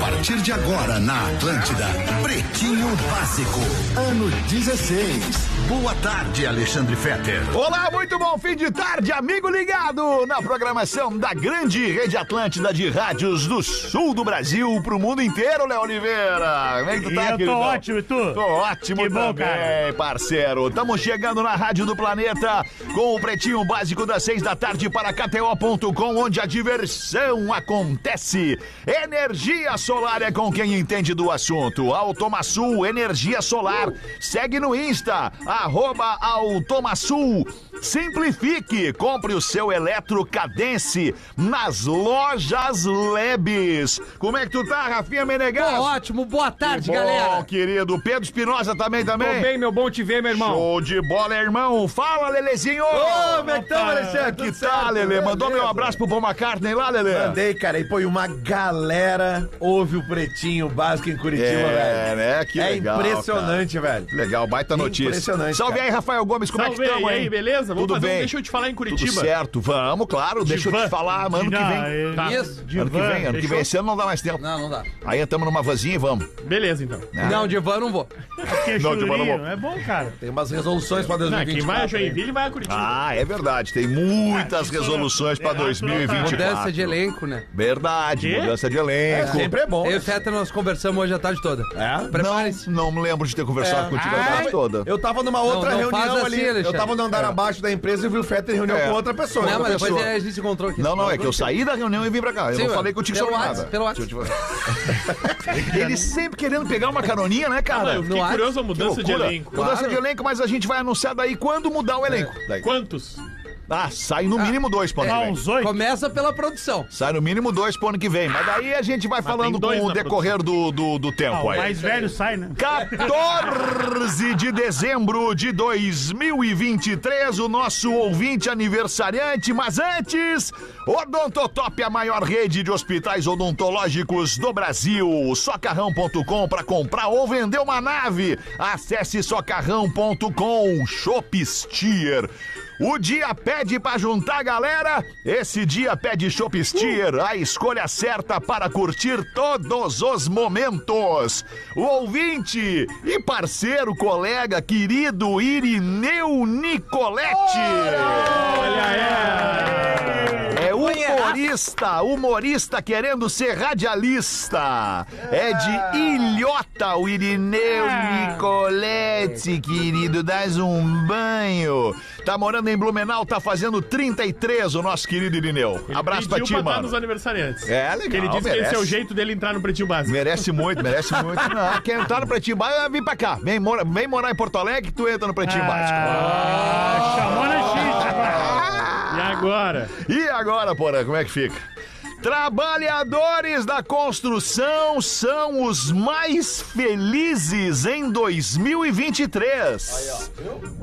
partir de agora na Atlântida. Pretinho Básico, ano 16. Boa tarde, Alexandre Fetter. Olá, muito bom fim de tarde, amigo ligado na programação da grande rede Atlântida de rádios do sul do Brasil pro mundo inteiro, Léo Oliveira. Como é que tu E tá, eu tô queridão? ótimo, e tu? Tô ótimo Que bom, também, cara. parceiro. Estamos chegando na Rádio do Planeta com o Pretinho Básico das seis da tarde para KTO.com, onde a diversão acontece. Energia solar é com quem entende do assunto. Automaçul Energia Solar. Segue no Insta, arroba Automaçul. Simplifique, compre o seu eletro Cadence nas lojas Lebes. Como é que tu tá, Rafinha Menegas? Pô, ótimo, boa tarde, Bom, galera. querido. Pedro Espinosa também, também. Tô bem, meu bom te ver, meu irmão. Show de bola, irmão. Fala, Lelezinho. Ô, então, é que tá, Alexandre? que tá, Lele? Mandou meu abraço pro Paul McCartney lá, Lele? Mandei, cara, e põe uma galera ouve o Pretinho Básico em Curitiba, É, velho. né? Que é legal, impressionante, velho. Legal, baita notícia. Impressionante, Salve cara. aí, Rafael Gomes, como Salve é que estamos, aí, hein? beleza? Vamos Tudo fazer um bem? Deixa eu te falar em Tudo Curitiba. certo, vamos, claro. Deixa eu te falar, mano, que vem. Tá. Isso. Ano que vem, ano que vem, esse ano não dá mais tempo. Não, não dá. Aí entramos numa vanzinha e vamos. Beleza, então. Ah. Não, de van eu não vou. Não, de boa, não Não, vou. é bom, cara. Tem umas resoluções pra Não, quem vai a 2024. hein? Joinville vai a Curitiba. Ah, é verdade. Tem muitas isso não- resoluções pra é, não tá- 2024. Mudança de elenco, né? Verdade, Quê? mudança de elenco. Sempre é bom. Eu e o Feta nós conversamos hoje a tarde toda. É? Preparem-se. Não, não me lembro de ter conversado É. contigo a Ai, tarde toda. Eu tava numa outra Não, não faz reunião assim, ali. eu Alexandre. tava no andar É. abaixo da empresa e vi o Fetter em reunião É. com outra pessoa. Não, outra mas depois pessoa. a gente se encontrou aqui. Não, não, é que eu saí da reunião e vim pra cá. Eu Sim, não ué. falei contigo Pelo sobre WhatsApp, nada. pelo Deixa eu te- Ele sempre querendo pegar uma caroninha, né, cara? eu fiquei no ar. curioso a Que mudança de loucura. elenco. Mudança de elenco, mas a gente vai anunciar daí quando mudar o elenco. Daí. Quantos? Ah, sai no mínimo dois pro ano é Tá que vem. uns oito. Começa pela produção. Sai no mínimo dois pro ano que vem. Mas daí a gente vai falando tem com dois o na decorrer do, do, do tempo Ah, o aí. mais velho sai, né? 14 de dezembro de 2023, o nosso ouvinte aniversariante, mas antes, Odontotop, a maior rede de hospitais odontológicos do Brasil. Socarrão.com para comprar ou vender uma nave. Acesse socarrão.com, Shopsteer. O dia pede pra juntar a galera, esse dia pede Shopsteer, a escolha certa para curtir todos os momentos. O ouvinte e parceiro, colega, querido Irineu Nicoletti. É humorista, humorista querendo ser radialista. É Ah. de Ilhota, o Irineu Nicoletti, querido, dás um banho. Tá morando em Blumenau, tá fazendo 33, o nosso querido Irineu. Abraço pra Pediu ti, pra estar nos mano. aniversariantes. É, legal, Que ele disse que esse é o merece. jeito dele entrar no Pretinho Básico. Merece muito, merece muito. Não, quer entrar no Pretinho Básico, vem pra cá. Vem, mora, vem morar em Porto Alegre, tu entra no Pretinho Básico. Ah, chamou na xixi agora. E agora? E agora, Porã, como é que fica? Trabalhadores da construção são os mais felizes em 2023.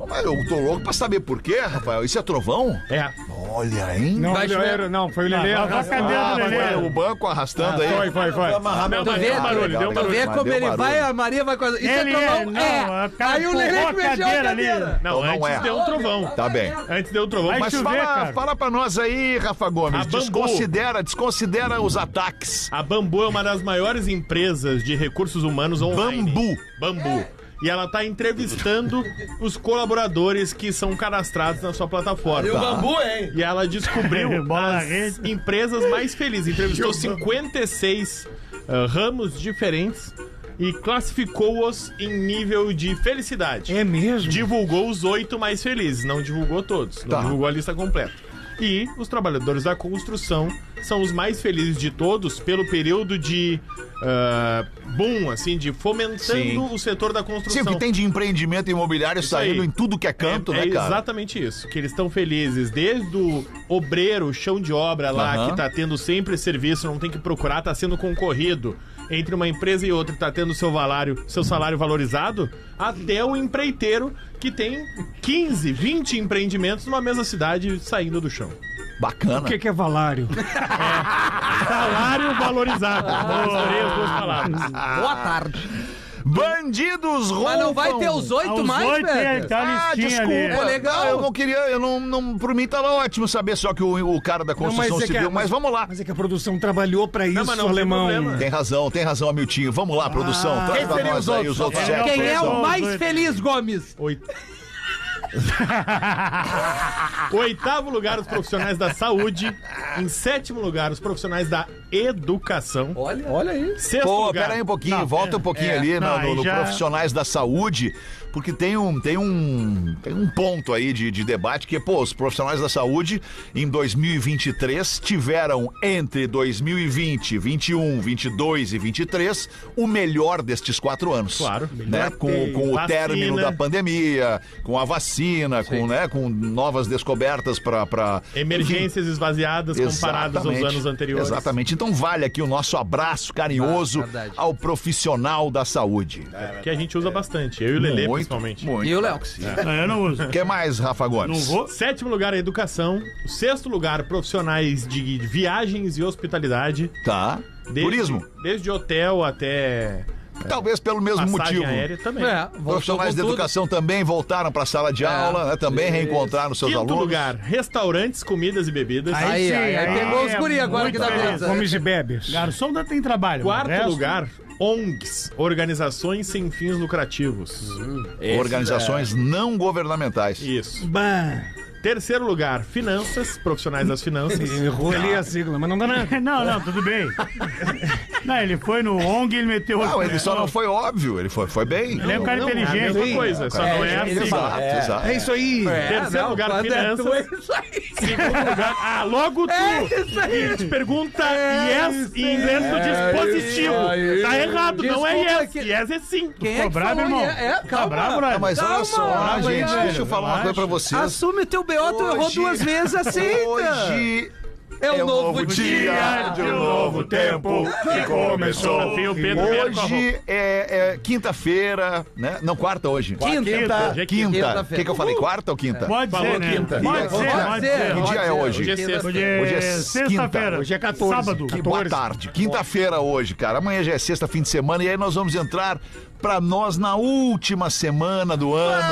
Mas eu tô louco pra saber por quê, Rafael. Isso é trovão? É. Olha, hein? Não, Vai, o Leoeiro, não, foi o Lele. Ah, vai pra cadeira, Ah, mas Lelê. é olha, o banco Ah, arrastando aí. Foi, foi, foi. Amarrar meu Não, mas vê? deu um barulho, Legal, deu um legal. barulho. Vê mas como deu ele barulho. vai, a Maria vai com a... Isso Ele é é, trovão? não, o cara Aí o empurrou Lelê a mexeu a cadeira ali. né? cadeira. Não, Então não antes é. deu um trovão. Tá bem. Antes deu um trovão. Vai Mas chover, fala, cara. fala pra nós aí, Rafa A Gomes. Bambu. Desconsidera, desconsidera os ataques. A Bambu é uma das maiores empresas de recursos humanos online. Bambu. Bambu. E ela tá entrevistando os colaboradores que são cadastrados na sua plataforma. E o bambu, hein? E ela descobriu Bola na as rede. empresas mais felizes. Entrevistou 56 ah, ramos diferentes e classificou-os em nível de felicidade. É mesmo? Divulgou os oito mais felizes, não divulgou todos, não Tá. divulgou a lista completa. E os trabalhadores da construção são os mais felizes de todos pelo período de ah, boom, assim, de fomentando Sim. o setor da Sim, construção. o que tem de empreendimento imobiliário aí. saindo em tudo que é canto, é, né, é cara? exatamente isso. Que eles estão felizes desde o obreiro, chão de obra lá, Aham. que tá tendo sempre serviço, não tem que procurar, tá sendo concorrido entre uma empresa e outra, tá tendo seu salário, seu salário valorizado, até o empreiteiro que tem 15, 20 empreendimentos numa mesma cidade saindo do chão. Bacana. O que, que é valário? Ah, Salário valorizado. Valorizei as duas palavras. Boa tarde. Bandidos roubam. Mas não vai ter os oito Aos mais, oito tem, velho? tem uma Ah, listinha desculpa. ali. Pô, legal. Eu não queria, eu não, não. Por mim tava ótimo saber só que o, o cara da construção mas é que civil. é- mas vamos lá. Mas é que a produção trabalhou pra isso, mas não tem alemão. problema. Tem razão, tem razão, Amiltinho. Vamos lá, produção. Traz pra seriam nós os aí outros? os outros É, sete. Quem é o Aos mais oito. feliz, Gomes? Oit- Oitavo lugar, os profissionais da saúde. Em sétimo lugar, os profissionais da educação. Olha, olha isso. Sexto Pô, lugar. pera aí um pouquinho, Não, volta é, um pouquinho é, ali não, no, no- aí no já- profissionais da saúde, porque tem um, tem um, tem um ponto aí de, de debate que, pô, os profissionais da saúde em 2023 tiveram entre 2020, 21, 22 um, e 23 o melhor destes quatro anos. Claro. Né? Com, com o Vacina. término da pandemia, com a vacina, com, né, com novas descobertas para Emergências esvaziadas comparadas aos Exatamente. anos anteriores. Exatamente. Então vale aqui o nosso abraço carinhoso Ah, verdade. ao profissional da saúde. Que a gente usa bastante. Eu e o Lelê, É, principalmente. É. muito. E o Léo? que- É. Não, eu não uso. O que mais, Rafa Gomes? Não vou. Sétimo lugar, a educação. Sexto lugar, profissionais de viagens e hospitalidade. Tá. Desde- Turismo. Desde hotel até Talvez pelo mesmo passagem motivo. aérea também. É, voltou Profissionais com da tudo. É, educação também voltaram para a sala de aula, né? também reencontraram seus Quinto alunos. lugar, restaurantes, comidas e bebidas. Aí, sim, aí, aí pegou os é guri agora muito aqui da feliz. mesa. Comes e bebes. Garçom ainda tem trabalho. Quarto o resto- lugar, ONGs, organizações sem fins lucrativos. é. Organizações não governamentais. Isso. Bah, Terceiro lugar, finanças, profissionais das finanças. errou ali a sigla, mas não dá nada. Não, não, tudo bem. não, ele foi no ONG, ele meteu... Não, ele só não foi óbvio, ele foi, foi bem. Ele é um cara Não, é a inteligente. mesma coisa, só não é Exato, assim. exato. "Ah, É isso aí. Terceiro não, lugar, quando é finanças. tu, é isso aí. Segundo lugar, ah, logo tu É isso aí. E te pergunta É yes isso em inglês do dispositivo. aí. tá errado, não é Desculpa yes. que- Yes é sim. Quem é Ficou que bravo, falou? irmão? É, é, calma. bravo, né? Ah, mas olha Calma, só, calma, gente, velho, deixa eu falar uma relaxa. coisa pra vocês. Assume teu BO, tu errou Hoje- duas vezes, aceita. Hoje é um novo, dia de um novo tempo que começou. Tem o Pedro Melo com a roupa. Hoje é, é quinta-feira, né? Não, quarta hoje. Quinta. Quinta. é Quinta. O quinta-feira. que, que eu falei? Quarta ou quinta? Pode Falou ser, né? quinta. Pode Vamos ser, lá. pode Que ser. dia é hoje? Hoje é sexta. Hoje Hoje é é quinta. sexta-feira. Hoje é 14. Sábado. Que boa tarde. Quinta-feira hoje, cara. Amanhã já é sexta, fim de semana. E aí nós vamos entrar pra nós na última semana do ano.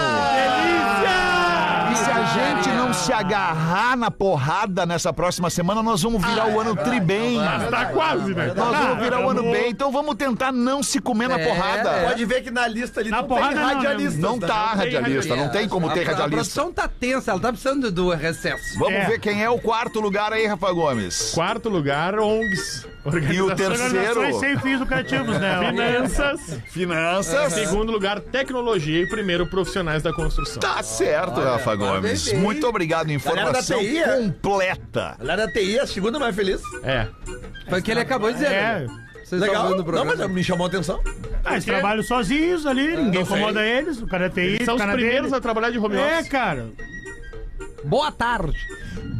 E se a gente não se agarrar na porrada nessa próxima semana, nós vamos virar o ano tri bem. Tá quase, é né? Nós vamos virar o ano bem, então vamos tentar não se comer na É, porrada. é. Pode ver que na lista ali Na não porrada tem não, né? radialistas. Não tá radialista, não tem como ter A radialista. produção tá tensa, ela tá precisando do recesso. Vamos É. ver quem é o quarto lugar aí, Rafa Gomes. Quarto lugar, ONGs. E Tá o Organizações terceiro, Organizações sem fins lucrativos, né? Finanças. finanças. Segundo lugar, tecnologia. E primeiro, profissionais da construção. Tá certo, Rafa Gomes. TI. Muito obrigado. Informação TI, é? completa. Lá na TI, a segunda mais feliz. Tá É. Foi o que ele acabou de dizer. É. né? Vocês estão Legal. vendo o Não, programa. mas me chamou a atenção. Ah, eles trabalham sozinhos ali, ninguém incomoda eles, o cara é TI, É, Eles são o os cara primeiros a trabalhar de home dele. É, office. cara. Boa tarde.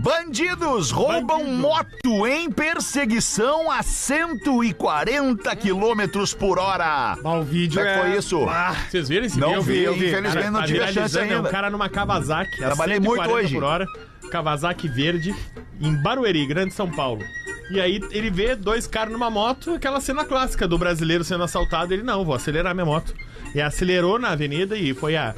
Bandidos roubam moto em perseguição a 140 quilômetros por hora. Ó, o vídeo Como é é... que foi isso? Ah, Vocês viram esse Não vídeo? vi, infelizmente Cara, não tá tive a chance viralizando, É ainda. um cara numa Kawasaki. a Trabalhei muito 140 hoje. Por hora, Kawasaki verde, em Barueri, Grande São Paulo. E aí ele vê dois caras numa moto, aquela cena clássica do brasileiro sendo assaltado. Ele, não, vou acelerar minha moto. E acelerou na avenida e foi a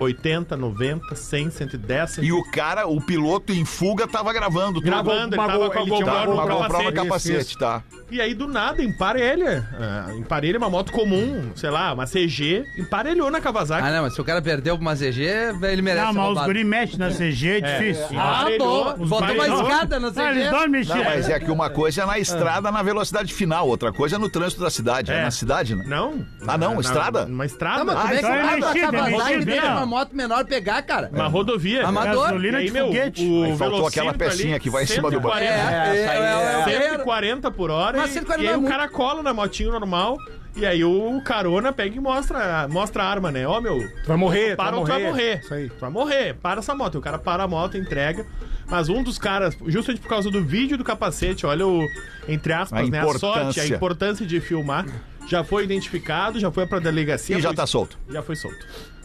80, 90, 100, 110, E o cara, o piloto em fuga, tava gravando. tudo. Gravando, ele uma tava go- com a ele tinha GoPro Tá, uma no uma GoPro no capacete. capacete, tá? E aí, do nada, emparelha. Ah, emparelha uma moto comum, sei lá, uma CG. Emparelhou na Kawasaki. Ah, não, mas se o cara perdeu pra uma CG, ele merece. Não, a mas os roubada. guri mexem na CG, é difícil. Ah, boa. Os Botou uma bairros- escada na Ah, eles CG. dão mexer. Não, mas é que uma coisa é na estrada, na velocidade final, outra coisa é no trânsito da cidade. É, É. na cidade, né? Não. Ah, não, estrada? Uma estrada. Não, mas Ah, como é que então é vai pra mexida, é Kawasaki mexida. deixa uma moto menor pegar, cara? Uma rodovia. Amador. um E Gasolina aí, de meu, foguete. o Aí faltou velocímetro aquela pecinha ali, que vai em cima do 140, é, é, é, é, é. 140 por hora. Mas e- 140 e aí não é o muito. cara cola na motinha normal. E aí o carona pega e mostra, mostra a arma, né? Ó, meu. Tu vai morrer, tu Para ou tu vai morrer. Isso aí. Tu vai morrer. Para essa moto. E O cara para a moto, entrega. Mas um dos caras, justamente por causa do vídeo do capacete, olha o, entre aspas, A né? A sorte, a importância. importância de filmar. já foi identificado, já foi pra delegacia. E já foi- tá solto. Já foi solto.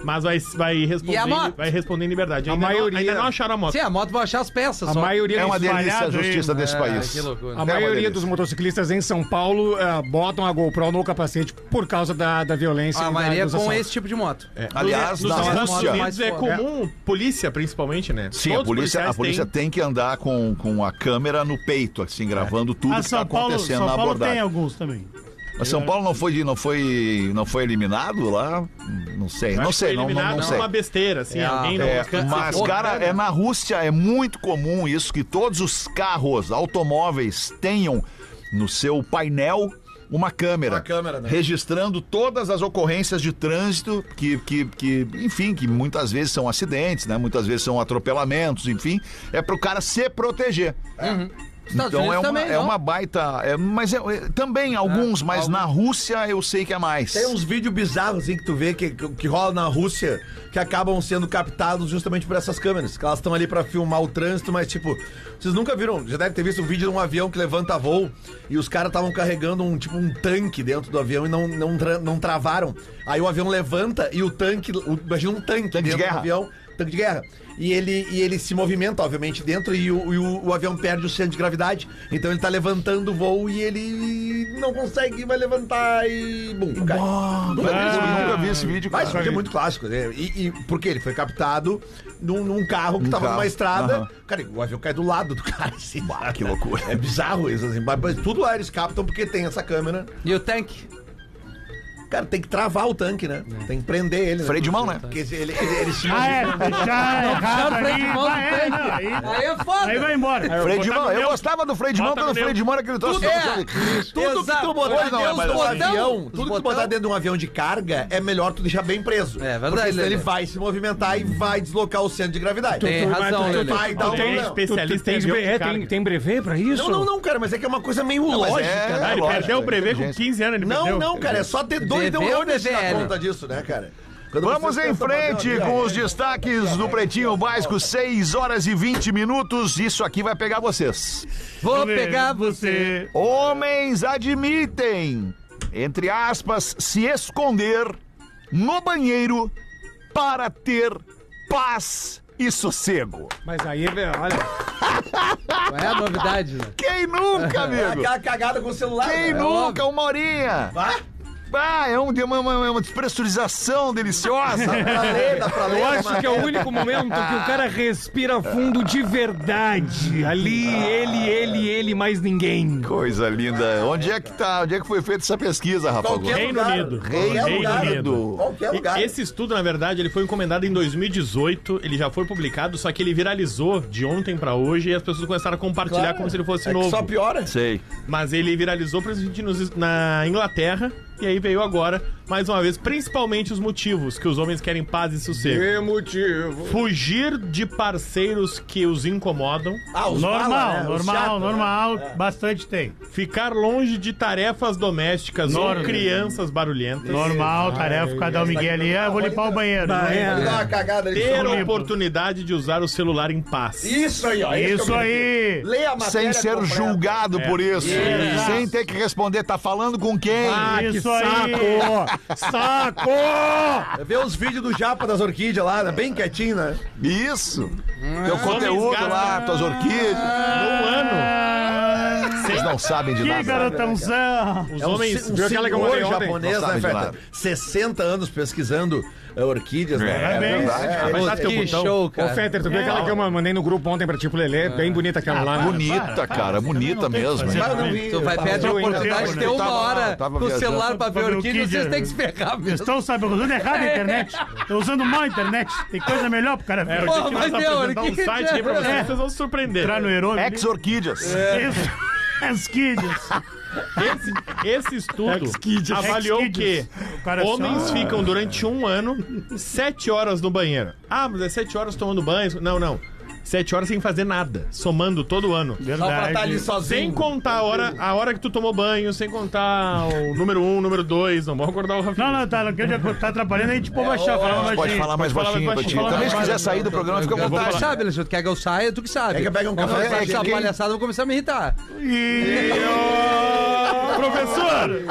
Mas vai, vai responder. E a moto? Vai responder em liberdade. A Ainda maioria- Não, ainda não acharam a moto. Sim, a moto vai achar as peças A só. maioria, É uma dos, delícia a espalhado, hein? justiça desse É, país. É que loucura. a uma maioria delícia. dos motociclistas em São Paulo eh, botam a GoPro no capacete por causa da, da violência. A e da- maioria dos com assaltos. esse tipo de moto. É. Aliás, Nos na Estados Rússia. Unidos é mais comum, polícia principalmente, né? Sim, a Todos os polícia, a policiais polícia têm- tem que andar com, com a câmera no peito, assim, gravando tudo Ah, que está São Paulo, acontecendo São na Paulo abordagem. tem alguns também. Mas São Paulo não foi, não foi, não foi eliminado lá? Não sei, Acho não que foi sei, não, não- eliminado não por sei. uma besteira, assim, É, alguém não É, alcança- mas, Pô, cara, é na Rússia é muito comum isso, que todos os carros, automóveis, tenham no seu painel uma câmera, Uma câmera, né? registrando todas as ocorrências de trânsito que, que, que, enfim, que muitas vezes são acidentes, né? Muitas vezes são atropelamentos, enfim, é pro cara se proteger. Estados Então Unidos é uma, também, é não? uma baita. é, mas é, é, também alguns, mas na Rússia eu sei que é mais. Tem uns vídeos bizarros assim que tu vê que, que, que rola na Rússia que acabam sendo captados justamente por essas câmeras. Que elas estão ali pra filmar o trânsito, mas tipo, vocês nunca viram, já deve ter visto um vídeo de um avião que levanta voo e os caras estavam carregando um tipo um tanque dentro do avião e não, não, tra- não travaram. Aí o avião levanta e o tanque, o- imagina um tanque, Tanque de dentro guerra. do avião, Então, tanque de guerra. E ele, e ele se movimenta, obviamente, dentro e, o, e o- o avião perde o centro de gravidade. Então ele tá levantando o voo e ele não consegue, vai levantar e. Bum, cai. Nunca vi Ah, isso, Eu nunca nunca vi. vi esse vídeo, Mas esse cara. vídeo é muito clássico, né? E, e porque ele foi captado num, num carro que Num tava carro. numa estrada. Aham. Cara, e o avião cai do lado do cara. Assim, que loucura. É bizarro isso, assim. Mas, mas tudo lá eles captam porque tem essa câmera. E o tanque? Cara, tem que travar o tanque, né? Tem que prender ele. né? É. Freio de mão, né? Porque se ele, ele, ele se Ah, é, deixar Tá errado Pra ali. de mão do ah, é, não, tanque. aí, Aí é foda. aí vai embora. Freio de botar mão. no Eu meu- gostava do freio de mão, Bota quando o no freio meu. de mão era aquele troço. Tudo é. Tudo que tu Exato. botar Hoje não é dentro mais do assim. um avião, Os tudo que tu botão. botar dentro de um avião de carga, é melhor tu deixar bem preso. É verdade, Porque senão Lelê. ele vai se movimentar e vai deslocar o centro de gravidade. Tem razão, tu Lelê. vai dar um Tem problema. especialista em Tens avião de bre- é, carga. tem, tem brevet pra isso? Não, não, não, cara, mas é que é uma coisa meio mas lógica, é- Ah, né? ele lógico, perdeu o é brevet com inteligência. 15 anos, ele Não, perdeu. não, cara, é só ter dois Dever deu ou olho de dar dever? conta disso, né, cara? Quando Vamos você em tá pensa, frente "Não, com não, os destaques do Pretinho Vasco, 6 horas e 20 minutos. Isso aqui vai pegar vocês. Vou pegar você. Homens admitem, entre aspas, se esconder no banheiro para ter paz e sossego. Mas aí, velho, olha. É a novidade, né? Quem nunca, É amigo? aquela cagada com o celular. Quem é né? nunca? Uma horinha. Vá, Ah, é um- uma, uma, uma despressurização deliciosa. pra ler, dá pra ler. Eu acho que é o único momento que o cara respira fundo de verdade. Ali, ele, ele, ele, mais ninguém. Coisa linda. Onde é que tá? Onde é que foi feita essa pesquisa, Rafa? Qualquer Reino lugar. Unido. Qualquer Reino lugar. Unido. Qualquer E- lugar. Esse estudo, na verdade, ele foi encomendado em 2018, ele já foi publicado, só que ele viralizou de ontem pra hoje e as pessoas começaram a compartilhar Claro. como se ele fosse É que novo. Só piora. Sei. Mas ele viralizou principalmente nos- na Inglaterra e aí veio agora, mais uma vez, principalmente os motivos que os homens querem paz e sossego. motivo. Fugir de parceiros que os incomodam, Ah, os Normal, bala, né? Os normal, chato, né? normal. Bastante tem. ficar longe de tarefas domésticas ou Normal. crianças barulhentas. Normal, tarefa, cada um Miguel ali. Ah, eu vou limpar o banheiro. Bah, é. Ele dá uma cagada ali. Ter a limpo. oportunidade de usar o celular em paz. Isso aí, ó. esse que Isso eu quero dizer. aí. Leia a matéria Sem ser completa. julgado por isso. Isso. Sem ter que responder, tá falando com quem? Ah, que Isso aí. Saco! Vê os vídeos do Japa das Orquídeas lá, né? bem quietinho, né? Isso. Teu conteúdo homens lá, gastam- tuas orquídeas. Num Um ano, Vocês não sabem de Que nada. garotãozão. os É um, homens. se- um viu aquela que eu senhor mandei ontem? japonês, Não sabe né, de Feta? nada. 60 anos pesquisando eh, orquídeas, né? É, bem, verdade. é, Vai dar Pô, teu que botão. show, Ô, cara. Fetter, tu viu aquela que eu mandei no grupo ontem pra ti, pro Lelê? Bem bonita aquela lá. né? Bonita, cara, bonita mesmo. Mas eu hein? não vi. Tu vai eu- perder a eu- oportunidade eu- de ter eu uma tava- hora tava com o viajando. celular pra ver Pra ver o orquídea, que vocês de- têm que é. se ferrar mesmo. Estão sabe, usando errado É. a internet. Estão usando mal a internet. Tem coisa melhor pro cara ver. Eu Pô, tenho que mas mais deu, apresentar um orquídea. site aí pra vocês, É. vocês vão se surpreender. Entrar no herói. Ex-orquídeas. Isso. As kids. Esse, esse estudo avaliou que Ex-kids. O cara é só- homens ficam durante um ano sete horas no banheiro. Ah, mas é sete horas tomando banho? Não, não. Sete horas sem fazer nada, somando todo ano. Só pra estar tá ali Verdade. Sem sozinho. contar a hora, a hora que tu tomou banho, sem contar o número um, número dois, não vamos acordar o Rafinha. Não, não, tá, não quero tá atrapalhando aí, tipo, ó, baixar, falar Pode falar mais um Pode falar baixinho, mais Pati. baixinho. Também se Fala mais quiser sair do programa, fica à Eu vou vontade. Tu Tá, sabe, Alexandre, quer que eu saia, tu que sabe. É que pega um Eu café, faço é que essa quem- palhaçada, eu vou começar a me irritar. E... Professor!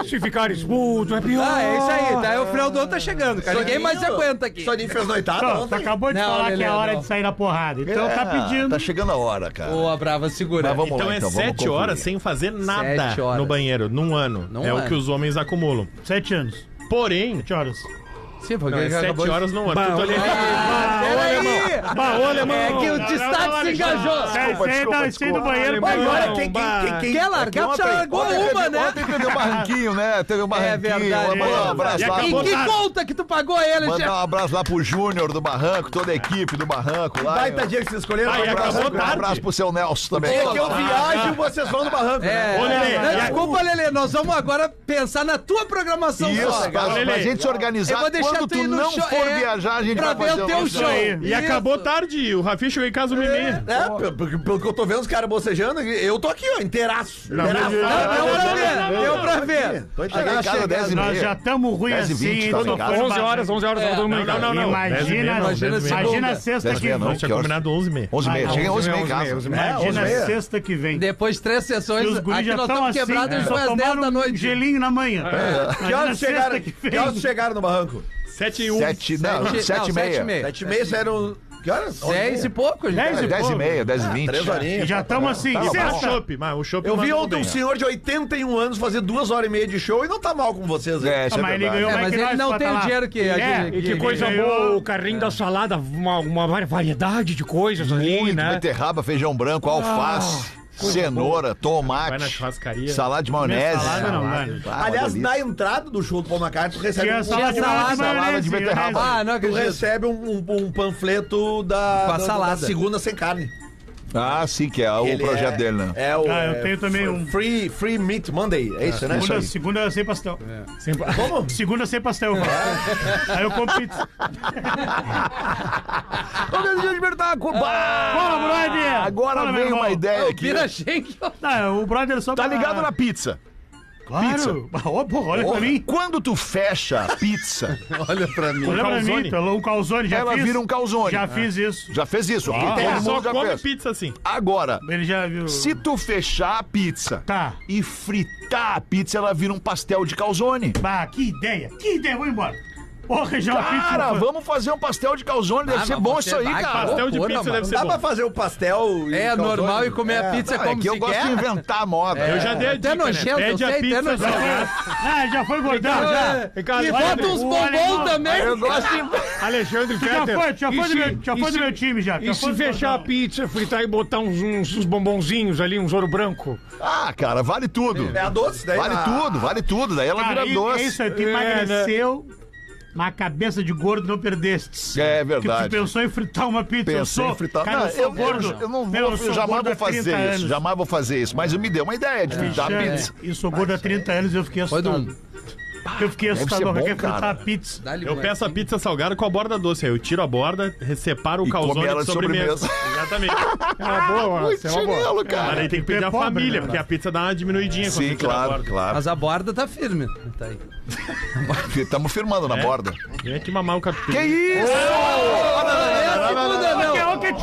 Se ficar expulso, é pior. Ah, é isso aí. Tá? O final do ano tá chegando, cara. Ninguém mais se aguenta aqui. Só de fez noitada Não, tu ontem. acabou de Não, falar que é Lelê, hora não. de sair na porrada. Então tá É, pedindo. Tá chegando a hora, cara. Boa, brava, segura. Mas vamos Então lá, é então. vamos sete conferir. horas sem fazer nada Sete horas. no banheiro, num ano. Num é o ano. que os homens acumulam. Sete anos. Porém, Sete horas. Sim, porque não, é ele acabou sete de- horas num ano. Tu tá ali- Ah, peraí! Bah, olha, mano. É que o destaque se engajou. Desculpa, Sai desculpa, da- Sai desculpa. do banheiro. Vai, vai. vai. Olha, quem, quem, quem, quem, Quer largar, Ontem- já largou ontem uma, teve, né? Ontem teve um barranquinho, né? Teve um barranquinho. verdade. Mandar um É, abraço e lá. Em acabou- pro- que conta que tu pagou ele, Mandar Jeff? um abraço lá pro Júnior do Barranco, toda a equipe do Barranco lá. Baita dia que vocês escolheram. Vai, Um abraço. Ah, acabou Um abraço pro seu Nelson também. É que eu viajo e vocês vão no barranco. É. Ô, Lelê, Não, e a- desculpa, Lelê. Nós vamos agora pensar na tua programação Isso, só, pra, cara. pra gente se organizar. Eu vou deixar Quando tu tu ir no não show- for é, viajar, a gente pra vai ver fazer um o teu isso show. aí. E acabou tarde. O Rafinha chegou em casa uma e meia. É, pelo, pelo- pelo que eu tô vendo os caras bocejando, eu tô aqui, ó, inteiraço. inteiraço. Não, deu pra ver. Deu pra ver. Tô Cheguei em inteiraço. casa 10 e Nós já meia. estamos ruim 10 e assim. 20, hein, tá só ligado? foi 11 horas, 11 horas, tá todo mundo em Não, casa. não, não. dez e meia, Imagina, não, imagina dez e meia. segunda. imagina sexta 10 e que meia não, Nós vem. tinha que horas? combinado 11 e meia. 11 e meia. Ah, Cheguei 11 e meia em 11 e meia, casa. 11 e meia. Imagina onze e meia. sexta que vem. Depois de três E sessões, os guris aqui já nós estão estamos assim, quebrados eles desde só as 10 tomaram da um noite. gelinho na manhã. Que Imagina horas chegaram, sexta que que horas vem. chegaram no barranco? 7 e 1. 7 não, Sete- sete e não, sete e meia. meia. Sete e meia saíram. Que horas? 10 e pouco, gente. Dez É, e 10 e pouco. meia, 10 e 20. Três horinhas. E já estamos assim. Tá bom. Mas o Sexta. chopp, mas o chopp Eu vi mandou ontem um bem. né? senhor de 81 anos fazer duas horas e meia de show e não tá mal com vocês. É, hein? isso Ah, é mas ele verdade. ganhou É, mais mas que ele nós não pra tem tá lá. o dinheiro que a É, gente- E que Ele coisa ganhou- boa, o carrinho da salada, uma, uma vari- variedade de coisas ali, Muito, né? beterraba, feijão branco, alface, cenoura, Vai na tomate, churrascaria. salada de maionese. Salada não, mano. Ah, uma Aliás, delícia. na entrada do show do Paul McCartney, tu recebe, Tinha um, salada de né? salada, salada de maionese. beterraba. maionese. Ah, não tu acredito. recebe um, um- um panfleto da, Com da- a da salada. segunda sem carne. Ah, sim, que é o Ele projeto é- dele, né? É o, Ah, eu é, tenho também um. Free, free Meat Monday, é isso, né? Segunda, segunda sem pastel. É. Como? Segunda sem pastel. Aí eu compro pizza. Ô, meu espetáculo! Fala, brother! Agora Fala, meu veio irmão. uma ideia aqui. Vira Ah, Schenck. Não, é, o brother só Tá pra- ligado na pizza? Claro. Ó, porra, olha pra Porra, mim. Quando tu fecha a pizza, Olha pra mim. Olha pra calzone. mim, tá louco, um calzone. Já ela fiz. vira um calzone. Ah. Já Já, fiz Ah, isso. fez isso? Ele Todo só mundo já come fez. pizza assim. Agora, Ele já viu. se tu fechar a pizza Tá. e fritar a pizza, ela vira um pastel de calzone. Bah, que ideia. Que ideia. Vou embora. Porra, já Cara, fiz. vamos fazer um pastel de calzone, deve Ah, ser mas bom você isso aí, vai, cara. Pastel de Loucura, pizza mano. deve ser Dá pra bom. fazer o pastel e É calzone? normal e comer a pizza Não, é como que eu se gosto quer. de inventar a moda. Eu já dei a Até dica, né? nojento, É eu Pede a sei, né? até pizza nojento. salgada. Ah, já foi gordão, já. é E Ricardo, bota Alexandre- uns o bombons alemão. também. Eu gosto de Alexandre Já Fetter. foi, já E foi, do se- meu, já e foi se- do meu time, já. já E foi se do fechar a gordão. pizza, fritar e botar uns, uns, uns bombonzinhos ali, uns ouro branco? Ah, cara, vale tudo. É a doce, daí Vale a- tudo, vale tudo. Daí ela Cara, vira e- doce. É isso aí, tu É, emagreceu, mas a cabeça de gordo não perdeste. É Que verdade. tu pensou em fritar uma pizza. eu Pensei sou, em fritar. Cara, tá- Não, eu sou gordo. Eu, não vou, Meu, eu sou jamais gordo vou há 30 fazer isso. anos. É, Jamais vou fazer isso. Mas me deu uma ideia de fritar a Chame, pizza. E sou gordo há 30 anos eu fiquei Foi de assustado. um. Eu fiquei Deve ser assustado. bom, Eu quero fritar cara. a pizza. Dá-lhe Eu um peço a assim. pizza salgada com a borda doce. Aí eu tiro a borda, separo o E come calzone ela de de sobremesa. Exatamente. É uma boa, essa é uma boa. Chinelo, Mas cara. aí tem que pedir É a pobre, família, né? porque a pizza dá uma diminuidinha quando Sim, você tira a claro, borda. claro. Mas a borda tá firme. Tá aí. Estamos firmando É? na borda. Vem aqui mamar o capim. Que isso? É a segunda, não. Ô, ketchup!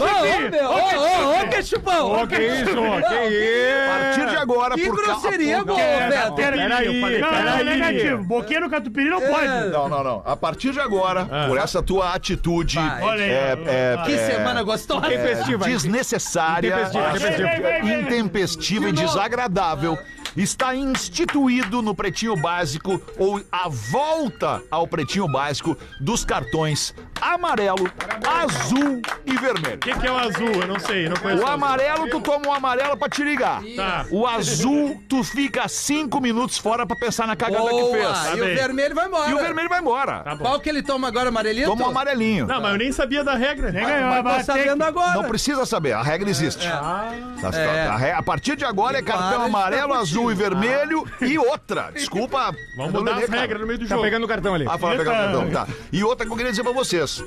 Ô, ô, ô, ô, ketchupão. Ô, que isso, que A partir de É. isso. agora, Que por causa... grosseria, gol, não, Beto. Peraí, Peraí, Não, não, é peraí. negativo. Boqueiro catupiry não pode. Não, não, não. A partir de agora, por essa tua atitude Vai. Ah. Olha aí. é, é, Que semana gostosa. Festiva. desnecessária, Intempestiva, intempestiva. Vem, vem, vem, vem. intempestiva e desagradável, está instituído no Pretinho Básico ou a volta ao Pretinho Básico dos cartões amarelo, azul e vermelho. O que, que é o azul? Eu não sei, eu não conheço. O amarelo, tu toma o amarelo pra te ligar. Tá. O azul, tu fica cinco minutos fora pra pensar na cagada que Boa. fez. E o bem. vermelho vai embora. E o vermelho vai embora. bom. Qual que ele toma agora, amarelinho? Toma o amarelinho. Tá. Não, mas eu nem sabia da regra. Nem ganhou, Vai vai tá ter sabendo que- agora. Não precisa saber, a regra existe. Tá- tá- É. A, re- a partir de agora é para cartão de amarelo, ficar azul e vermelho e outra. Desculpa. eu Vamos não mudar lembrei, as cara. regras no meio do Tá jogo. pegando o cartão ali. Ah, fala, Eita. pegar cartão, tá. E outra que eu queria dizer pra vocês: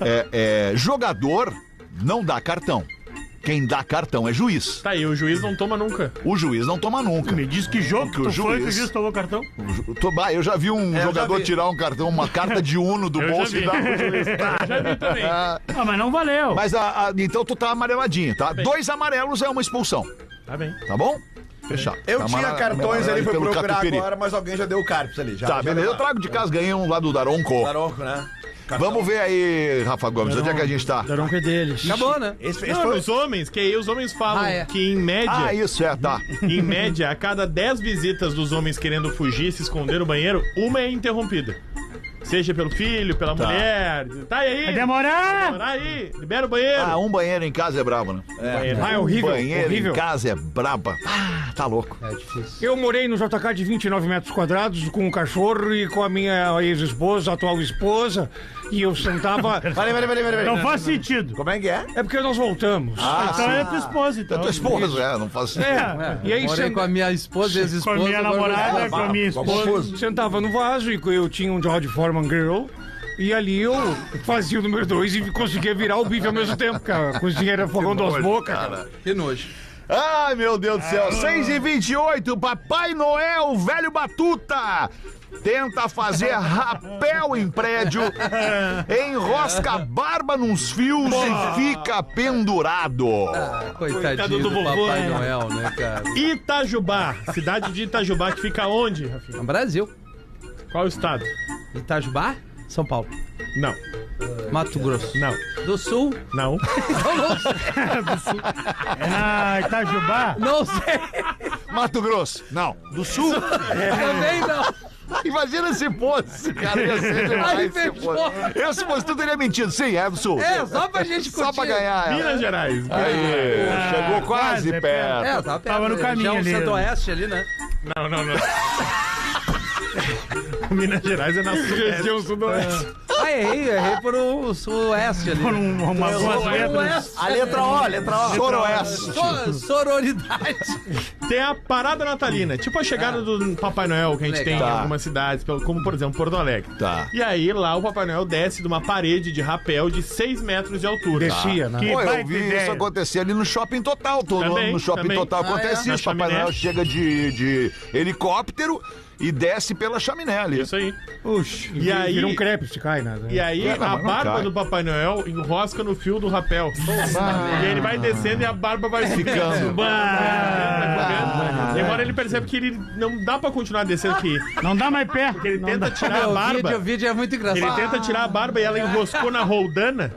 é, é, jogador não dá cartão. Quem dá cartão é juiz. Tá aí, o juiz não toma nunca. O juiz não toma nunca. Me diz que jogo que o tu foi que o juiz- juiz tomou cartão. O ju- Tô- bah, eu já vi um É, eu já jogador vi. tirar um cartão, uma carta de uno do Eu já bolso e vi. dar pro juiz. Já vi também. Ah, mas não valeu. Mas a- a- então tu tá amareladinho, tá? Dois amarelos é uma expulsão, Tá bem. tá bom? Fechado. Eu Tá tinha mara- cartões mara- ali pra pelo procurar Catupiry. agora, mas alguém já deu o carpes ali. Já, Tá, já beleza. Eu levaram. trago de casa, ganhei um lá do Daronco. Taronco, né? Vamos ver aí, Rafa Gomes, onde é que a gente tá? um Daronco é deles. Acabou, né? Esse, esse Não, foi... nos homens, que aí os homens falam Ah, é. que em média, Ah, isso é, tá. em média, a cada 10 visitas dos homens querendo fugir, se esconder no banheiro, uma é interrompida. Seja pelo filho, pela mulher. Tá aí. Vai demorar! Bora aí, libera o banheiro. Ah, um banheiro em casa é brabo, né? Banheiro. Ah, é horrível, banheiro horrível. em casa é braba. Ah, tá louco. É difícil. Eu morei no JK de 29 metros quadrados com um cachorro e com a minha ex-esposa, atual esposa, e eu sentava. Peraí, peraí, peraí, peraí. Não faz sentido. Como é que é? é porque nós voltamos. então é tua esposa, então. assim. É tua esposa, é, não faço É, É, e aí morei sen- com a minha esposa, Com ex-esposa. a minha agora- namorada, Ah, com a minha esposa. Confuso. sentava no vaso e eu tinha um George Foreman Girl. E ali eu fazia o número 2 e conseguia virar o bife ao mesmo tempo, cara. A cozinha era fogão duas bocas. cara. Que nojo. Ai, meu Deus do Ah. céu. 6 e 28 Papai Noel, velho Batuta. Tenta fazer rapel em prédio, enrosca a barba nos fios e fica pendurado. Coitadinho do do, vovô, Papai né? Noel, né, cara? Itajubá, cidade de Itajubá que fica onde, Rafinha? No Brasil. Qual estado? Itajubá, São Paulo. Não, Mato Grosso. não, Do Sul. não. Ah, Itajubá. Não sei. Mato Grosso, não. Do Sul? Também não. Imagina se fosse, cara. Ia ser demais Aí se fechou. fosse. Eu, se fosse, tu teria mentido. Sim, é do Sul. É, só pra gente curtir. Só pra ganhar. ela. Minas Gerais. Ah. Aí, chegou quase quase perto. perto. Ah, É, tava, perto, Tava no né? caminho Já um ali. centro-oeste ali, né? Não, não, não. Minas Gerais é na região sudoeste. Ah, errei, errei por o sul-oeste ali. Por um- uma boas letras. Oeste. A letra O, a letra é, O. Soroeste. So- sororidade. Tem a parada natalina, tipo a chegada do Papai Noel que a gente Legal. tem em Tá. algumas cidades, pelo- como por exemplo Porto Alegre. Tá. E aí lá o Papai Noel desce de uma parede de rapel de 6 metros de altura. Tá. Descia, né? Que Pô, eu baita vi isso ideia. acontecer ali no Shopping Total. Todo Também, ano no Shopping também. Total Ah, acontece é? isso. Na Papai chaminé. Noel chega de, de helicóptero e desce pela chaminé ali. Isso aí. Ux, e aí- Vira um crepe se cai, né? E aí É, não, a mas não barba cai. do Papai Noel enrosca no fio do rapel. E aí ele vai descendo e a barba vai Ficando. Bah. E agora ele percebe que ele não dá pra continuar descendo aqui. Não dá mais pé. Ele Não tenta dá. tirar a o vídeo, o barba. vídeo é muito engraçado. Ele tenta tirar a barba e ela enroscou na roldana.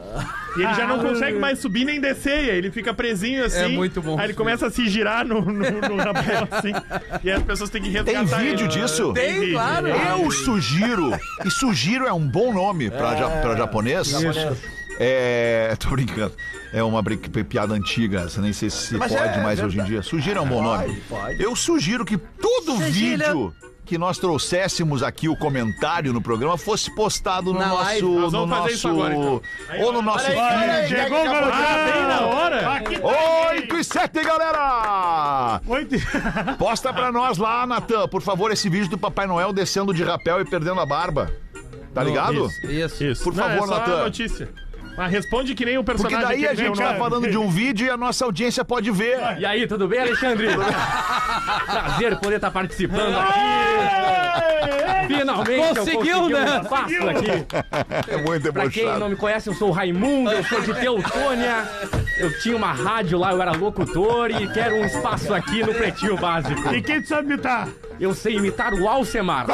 E ele já não consegue mais subir nem descer. e aí Ele fica presinho assim. É muito bom. Aí ele começa a se girar no, no, no rapel assim. E as pessoas têm que Tem resgatar vídeo ele. disso? Ah, Tem, vídeo. claro. Eu sugiro, e sugiro é um bom nome pra, ja, pra japonês. É. Tô brincando. É uma brin- piada antiga, essa nem sei se Mas pode é mais hoje em dia. Sugiro é um bom Pode, nome. pode. Eu sugiro que todo Sugira. vídeo que nós trouxéssemos aqui o comentário no programa fosse postado no Na nosso. live. No Nós vamos nosso fazer isso agora, então. Aí, ou olha no nosso aí, feed. Olha, Chegou o garotão. Ah, bem na hora. Aqui tá. 8 e 7, galera! Oito. Posta pra nós lá, Natan, por favor, esse vídeo do Papai Noel descendo de rapel e perdendo a barba. Tá ligado? Isso. Isso. Isso. Por Não, favor, é só Natan. a notícia. Mas responde que nem o Porque personagem. daí a aquele gente meu tá né? nome. falando de um vídeo e a nossa audiência pode ver. E aí, tudo bem, Alexandre? Prazer poder estar participando aqui. Finalmente eu Conseguiu, consegui né? um passo aqui. É muito Pra quem não debochado. me conhece, eu sou o Raimundo, eu sou de Teutônia. Eu tinha uma rádio lá, eu era locutor e quero um espaço aqui no Pretinho Básico. E quem tu sabe tá? imitar? Eu sei imitar o Alcemar.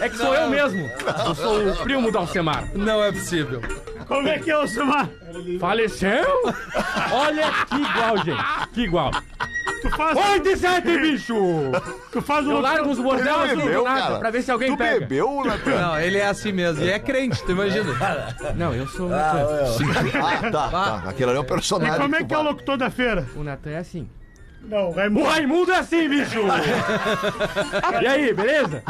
É que sou eu mesmo. Eu sou o primo do Alcemar. Não é possível. Como é que é o Sumar? Faleceu? Olha que igual, gente. Que igual. Tu faz, um- Oi, de sete, bicho! tu faz Eu o largo os bordel Tu assim do bebeu, nada cara? pra ver se alguém tu pega. bebeu, Natan? Não, ele é assim mesmo. E é crente, tu imagina? Não, eu sou. Ah, tá, tá. Aquilo ali é um personagem. E como é tu que é o fala. locutor da feira? O Natan é assim. Não, o O Raimundo. Raimundo é assim, bicho! e aí, beleza?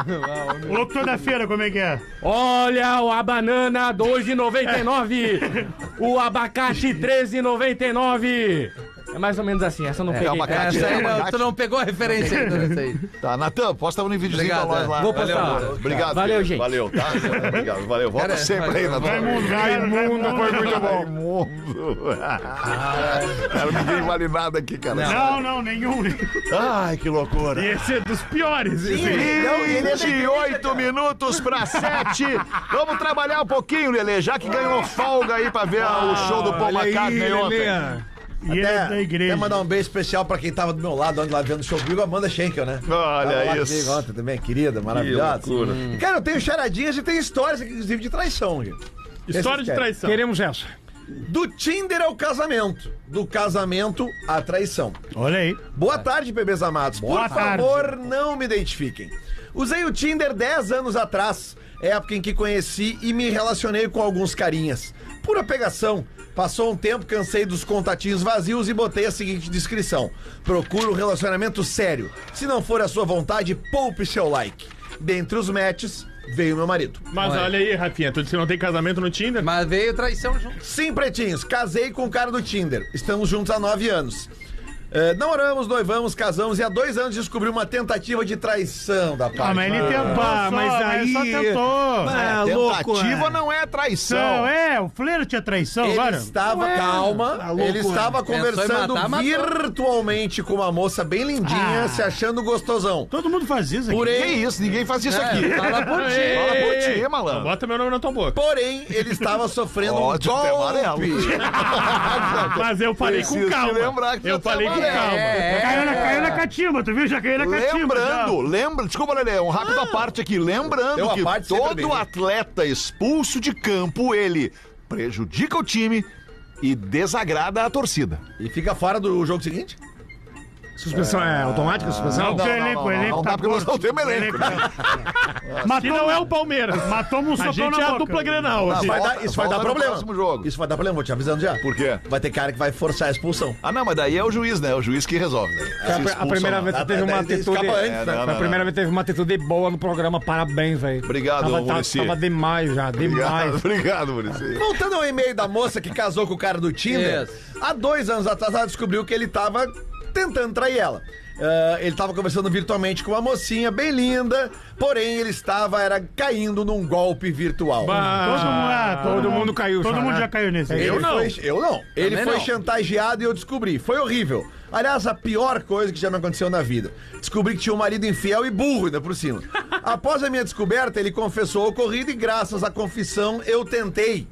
O locutor da feira, como é que é? Olha o- a banana 2,99! o abacate 13,99! É mais ou menos assim, essa eu não peguei. abacate. É, Essa aí, não, tu não pegou a referência ainda nessa aí. é Tá, Natan, posta um videozinho Obrigado, pra nós é. lá. Vou postar. Valeu, amor. Obrigado. Valeu, querido. gente. Valeu, tá? Obrigado, valeu. Volta Cara, sempre aí, Natan. Raimundo, Raimundo foi muito Raimundo. Cara, ninguém vale nada aqui, cara. Não, não, nenhum. Ai, que loucura. Esse é dos piores. esse aí. 28 minutos para 7. Vamos é trabalhar um pouquinho, Lelê, já que ganhou folga aí pra ver o show do Paul McCartney ontem. E ele é da igreja. Quer mandar um beijo especial pra quem tava do meu lado, onde lá vendo o show comigo, Amanda Schenkel, né? Olha Tava lá isso. comigo Ontem também, querida, maravilhosa. Que loucura. E, cara, eu tenho charadinhas e tenho histórias, inclusive, de traição. gente. História Esses de querem. traição. Queremos essa. Do Tinder ao casamento. Do casamento à traição. Olha aí. Boa tarde, bebês amados. É. Por Boa tarde. favor, não me identifiquem. Usei o Tinder 10 anos atrás, época em que conheci e me relacionei com alguns carinhas. Pura pegação. Passou um tempo, cansei dos contatinhos vazios e botei a seguinte descrição: Procuro um relacionamento sério. Se não for a sua vontade, poupe seu like. Dentre os matches, veio meu marido. Mas olha aí, Rafinha, tu disse que não tem casamento no Tinder? Mas veio traição junto. Sim, pretinhos, casei com o cara do Tinder. Estamos juntos há nove anos. Eh, namoramos, noivamos, casamos e há dois anos descobri uma tentativa de traição da parte. Ah, mas ele tentou. Ah, só, mas aí- Só tentou. é Ah, É, Tentativa não é traição. Não, é, o flerte é traição, Ele claro. estava, calma, tá louco, ele estava Pensou em conversando matar, matou. virtualmente com uma moça bem lindinha, Ah. se achando gostosão. Todo mundo faz isso aqui. Que Porém, isso, ninguém faz É. isso aqui. tá? Fala por ti. Fala por ti, Não malandro. Bota meu nome na tua boca. porém, ele estava sofrendo um Ótimo, tem amarelo. golpe. Mas eu falei com Preciso te calma. lembrar que eu você falei com trabalha. calma. É, Caiu na, caiu na catimba, tu viu? Já caiu na catimba. Lembrando, lembra, desculpa, Lelê, um rápido à parte aqui. Deu Lembrando a que parte sempre bem, todo né? atleta expulso de campo, ele prejudica o time e desagrada a torcida. E fica fora do jogo seguinte? Suspensão é automática, Já. Não, suspensão? porque o elenco, o elenco não dá tá porque nós não morto. temos elenco. Que Matou, não é o Palmeiras. matamos um A sopão gente na é a boca. dupla Grenal. Isso assim. vai Tá volta- dar, isso vai dar volta no problema. próximo jogo. Isso vai dar problema, vou te avisando já. Por quê? Vai ter cara que vai forçar a expulsão. Ah, não, mas daí é o juiz, né? É o juiz que resolve. Né? Se A, pr- a expulsa primeira ou não. vez Tá, teve tá, uma tá, atitude. escapa antes, É, né? não, Foi a não, primeira vez teve uma atitude boa no programa, parabéns, velho. Obrigado, tava, tava, Muricy. tava demais já, Obrigado, demais. obrigado, Muricy. Voltando ao e-mail da moça que casou com o cara do Tinder, Isso. há dois anos atrás ela descobriu que ele tava tentando trair ela. Ah, ele tava conversando virtualmente com uma mocinha bem linda, porém ele estava era caindo num golpe virtual. Todo mundo, ah, todo todo mundo- mundo caiu Todo já, mundo né? já caiu nesse. Ele Eu não. foi- eu não. Ele Também foi não. chantageado e eu descobri. Foi horrível. Aliás, a pior coisa que já me aconteceu na vida. Descobri que tinha um marido infiel e burro ainda por cima. Após a minha descoberta, ele confessou o ocorrido e graças à confissão eu tentei,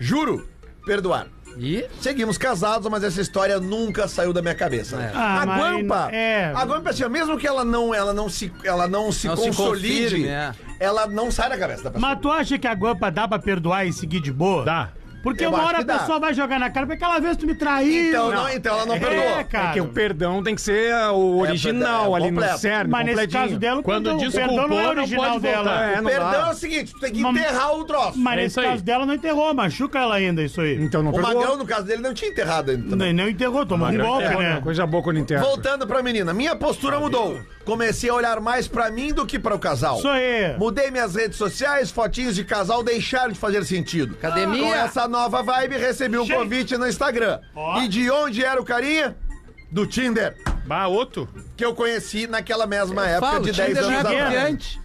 juro, perdoar. Ih, Seguimos casados, mas essa história nunca saiu da minha cabeça. É. Ah, a mas Guampa, é- a Guampa assim, ó, mesmo que ela não, ela não se, ela não se Não se consolide, confirme, é. ela não sai da cabeça da pessoa. Mas tu acha que a guampa dá pra perdoar e seguir de boa? Dá. Porque Eu uma acho hora que a dá. pessoa vai jogar na cara, porque aquela vez tu me traiu. Então, não, então ela não É, perdoou. cara. É que o perdão tem que ser ah, o original é, ali no completo. cerne, Mas nesse completinho. caso dela, o Quando perdão- o desculpou, perdão não é não original pode voltar. dela. É, O não dá. perdão é o seguinte, tu tem que Mas- enterrar o troço. Mas É nesse isso aí. caso dela não enterrou, machuca ela ainda isso aí. Então não O perdoou. Magrão, no caso dele, não tinha enterrado ainda. também. Não, não enterrou, tomou um golpe, É, né? Coisa boa quando enterra. Voltando pra menina, minha postura mudou. Comecei a olhar mais pra mim do que para o casal. Isso aí. Mudei minhas redes sociais, fotinhos de casal deixaram de fazer sentido. Com academia. essa nova vibe, recebi um convite no Instagram. Ó. E de onde era o carinha? Do Tinder, Bah, outro. que eu conheci naquela mesma época Fala, de o 10 Tinder anos não é atrás. brilhante.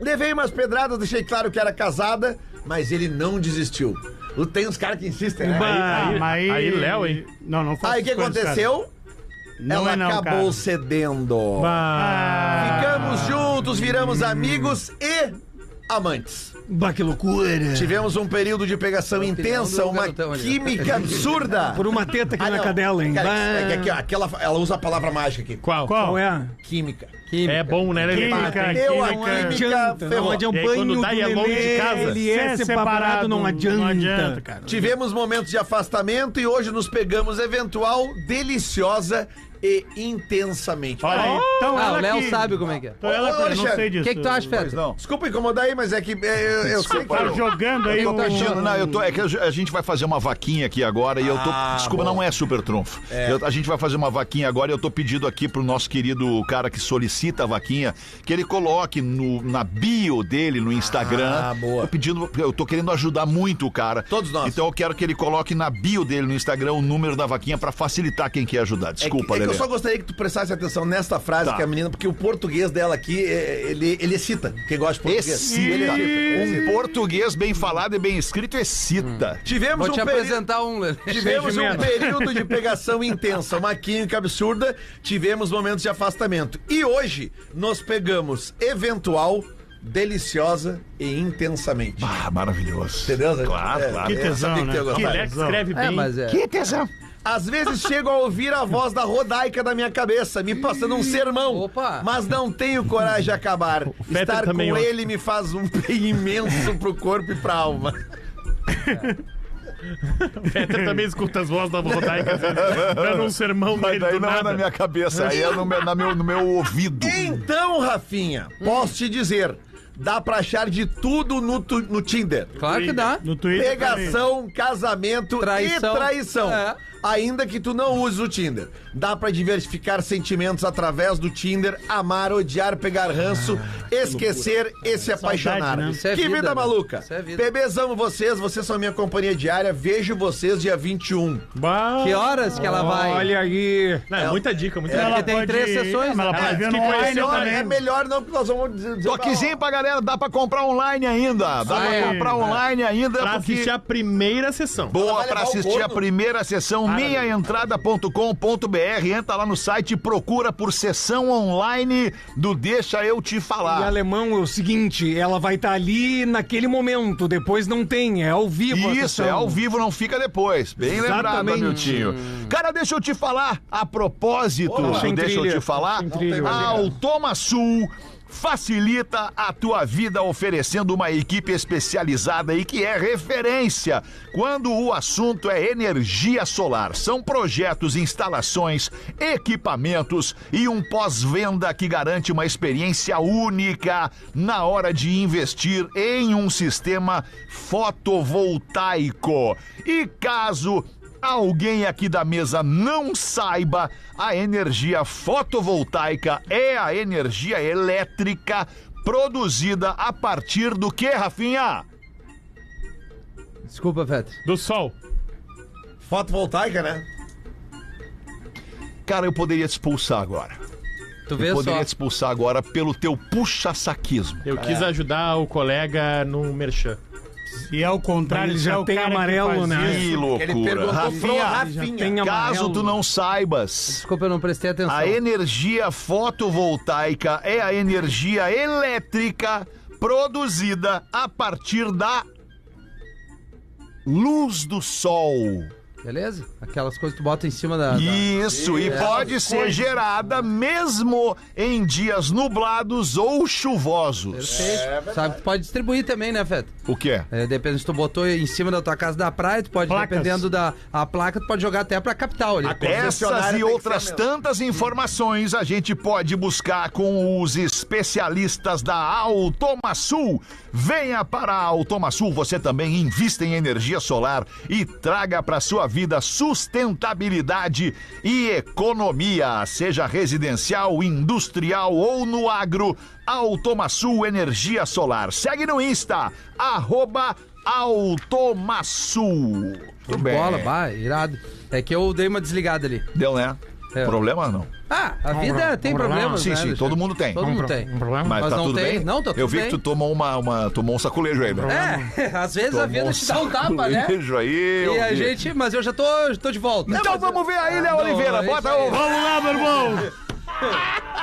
Levei umas pedradas, deixei claro que era casada, mas ele não desistiu. Tem uns caras que insistem, né? Bah, Ah, mas aí, aí Léo, hein? Não, não faz Aí o que essas coisas, aconteceu? cara. Não Ela é não, acabou cara. cedendo. Ah, Ficamos juntos, viramos amigos e amantes. Bah, que loucura. Tivemos um período de pegação intensa, do uma garotão ali. química absurda. Por uma teta aqui Ah, na não. cadela, hein? Cara, Bah. é que aqui, ó, aqui ela, ela usa a palavra mágica aqui. Qual? Qual? Não é? Química. É bom, né, Lelê? Química, Eu química. aqui, Não Química adianta, ferrou. não adianta. E O aí, quando banho tá dá do e é longe de Lelê, casa, ele é separado, não adianta. Não adianta, cara. Tivemos momentos de afastamento e hoje nos pegamos eventual, deliciosa e intensamente. Olha aí. Então Ah, ela o Léo que- sabe como é que é. Então ela Ô, que... Eu não Alexandre, sei o O disso. que, que tu acha, Feta? Não, Desculpa incomodar aí, mas é que é, eu, eu sei que... Desculpa, Tá eu- jogando aí Eu um... tô achando- Não, não, eu tô. É que a gente vai fazer uma vaquinha aqui agora e eu tô. Ah, desculpa, bom. não é super trunfo. Eu- a gente vai fazer uma vaquinha agora e eu tô pedindo aqui pro nosso querido cara que solicita a vaquinha que ele coloque no, na bio dele, no Instagram. Ah, boa. Tô pedindo, eu tô querendo ajudar muito o cara. Todos nós. Então eu quero que ele coloque na bio dele, no Instagram, o número da vaquinha pra facilitar quem quer ajudar. É que- Desculpa, é que, Lelê. eu só gostaria que tu prestasse atenção nesta frase Tá. que a menina, porque o português dela aqui, é, ele, ele excita. Quem gosta de português. Excita. Ele excita, ele Um excita. português bem falado e bem escrito é excita. Tivemos Vou te um período. apresentar um, Lelê. Tivemos um período de pegação intensa, uma química absurda, tivemos momentos de afastamento. E hoje nos pegamos eventual, deliciosa e intensamente. Ah, maravilhoso. Entendeu? Zé? Claro, É, claro. Que tesão, sabia que né? tu ia Que gostar. Ele tesão. escreve bem. É, mas é. Que tesão. Às vezes chego a ouvir a voz da rodaica na minha cabeça, me passando um sermão. Opa. Mas não tenho coragem de acabar. Fetter Estar com também, ó. ele me faz um bem imenso pro corpo e pra alma. O Peter também escuta as vozes da Rodaica assim, dando um sermão Mas dele daí do não é na nada. minha cabeça, aí é no meu, na meu- no meu ouvido. Então, Rafinha, posso te dizer, dá pra achar de tudo no, tu- no Tinder. Claro que dá. No Twitter. Pegação, casamento Traição. e traição. É. Ainda que tu não use o Tinder. Dá pra diversificar sentimentos através do Tinder, amar, odiar, pegar ranço, Ah, esquecer e se apaixonar. né? Isso é que vida, vida, né? maluca. Isso é vida. Bebês, amo vocês, vocês são minha companhia diária. Vejo vocês dia 21. Bah. Que horas que ela vai? Olha aí. Não, é muita dica, muita Ela dica. tem pode- três sessões, Mas Ela né? pode Ah, ver no que online conheceu, É também. melhor não, porque nós vamos dizer. dizer- Toquezinho pra galera, dá pra comprar online ainda. Dá Sim. pra comprar online ainda. Pra porque- assistir a primeira sessão. Boa Vai pra levar o assistir a gordo? primeira sessão minhaentrada.com.br. Entra lá no site e procura por sessão online do Deixa Eu Te E Falar. alemão é o seguinte, ela vai estar ali naquele momento, depois não tem, é ao vivo. a Isso, sessão. é ao vivo, não fica depois. Bem lembrado, Exatamente. Hamiltinho. Cara, deixa eu te falar. A propósito, Opa. deixa Sem eu te trilha, falar. sem trilha. A Automa Sul facilita a tua vida oferecendo uma equipe especializada e que é referência quando o assunto é energia solar. São projetos, instalações, equipamentos e um pós-venda que garante uma experiência única na hora de investir em um sistema fotovoltaico. E caso Alguém aqui da mesa não saiba, a energia fotovoltaica é a energia elétrica produzida a partir do que, Rafinha? Desculpa, Fetter. Do sol. Fotovoltaica, né? Cara, eu poderia te expulsar agora. Tu vê Poderia só. te expulsar agora pelo teu puxa-saquismo. Eu quis ajudar o colega no merchan. E é o contrário, Ele se já é o tem cara que amarelo, faz né? isso. Que loucura. pro Rafinha, Rafinha. Tem caso amarelo. tu não saibas, Desculpa, eu não prestei atenção. A energia fotovoltaica é a energia elétrica produzida a partir da luz do sol. Beleza? Aquelas coisas que tu bota em cima da. da- Isso, e pode ser gerada mesmo em dias nublados ou chuvosos. Perfeito. Sabe que tu pode distribuir também, né, Fetter? O quê? É, depende se tu botou em cima da tua casa da praia, tu pode, Placas. dependendo da a placa, tu pode jogar até pra Ah, capital ali. Essas concessionária e tem que outras ser mesmo. tantas informações a gente pode buscar com os especialistas da Automaçul. Venha para a Automaçul, você também invista em energia solar e traga para sua vida sustentabilidade e economia, seja residencial, industrial ou no agro. Automaçul Energia Solar. Segue no Insta, arroba Automaçul. Tudo bem. Bola, bah, irado. É que eu dei uma desligada ali. Deu, né? É. Problema não. Ah, Um a vida tem problemas, Sim, né, sim, Alexandre? todo um mundo tem. Todo mundo tem. Mas, Mas tá não tudo tem? bem? Não, tá tudo Eu vi bem. que tu tomou, uma, uma- tomou um saculejo aí, né? É, às vezes a vida te dá um tapa, né? Saculejo aí. E eu a vi. gente, mas eu já tô, já tô de volta. Então vamos ver aí, Léo Não, Oliveira. é isso Bota aí. o. Vamos lá, meu irmão.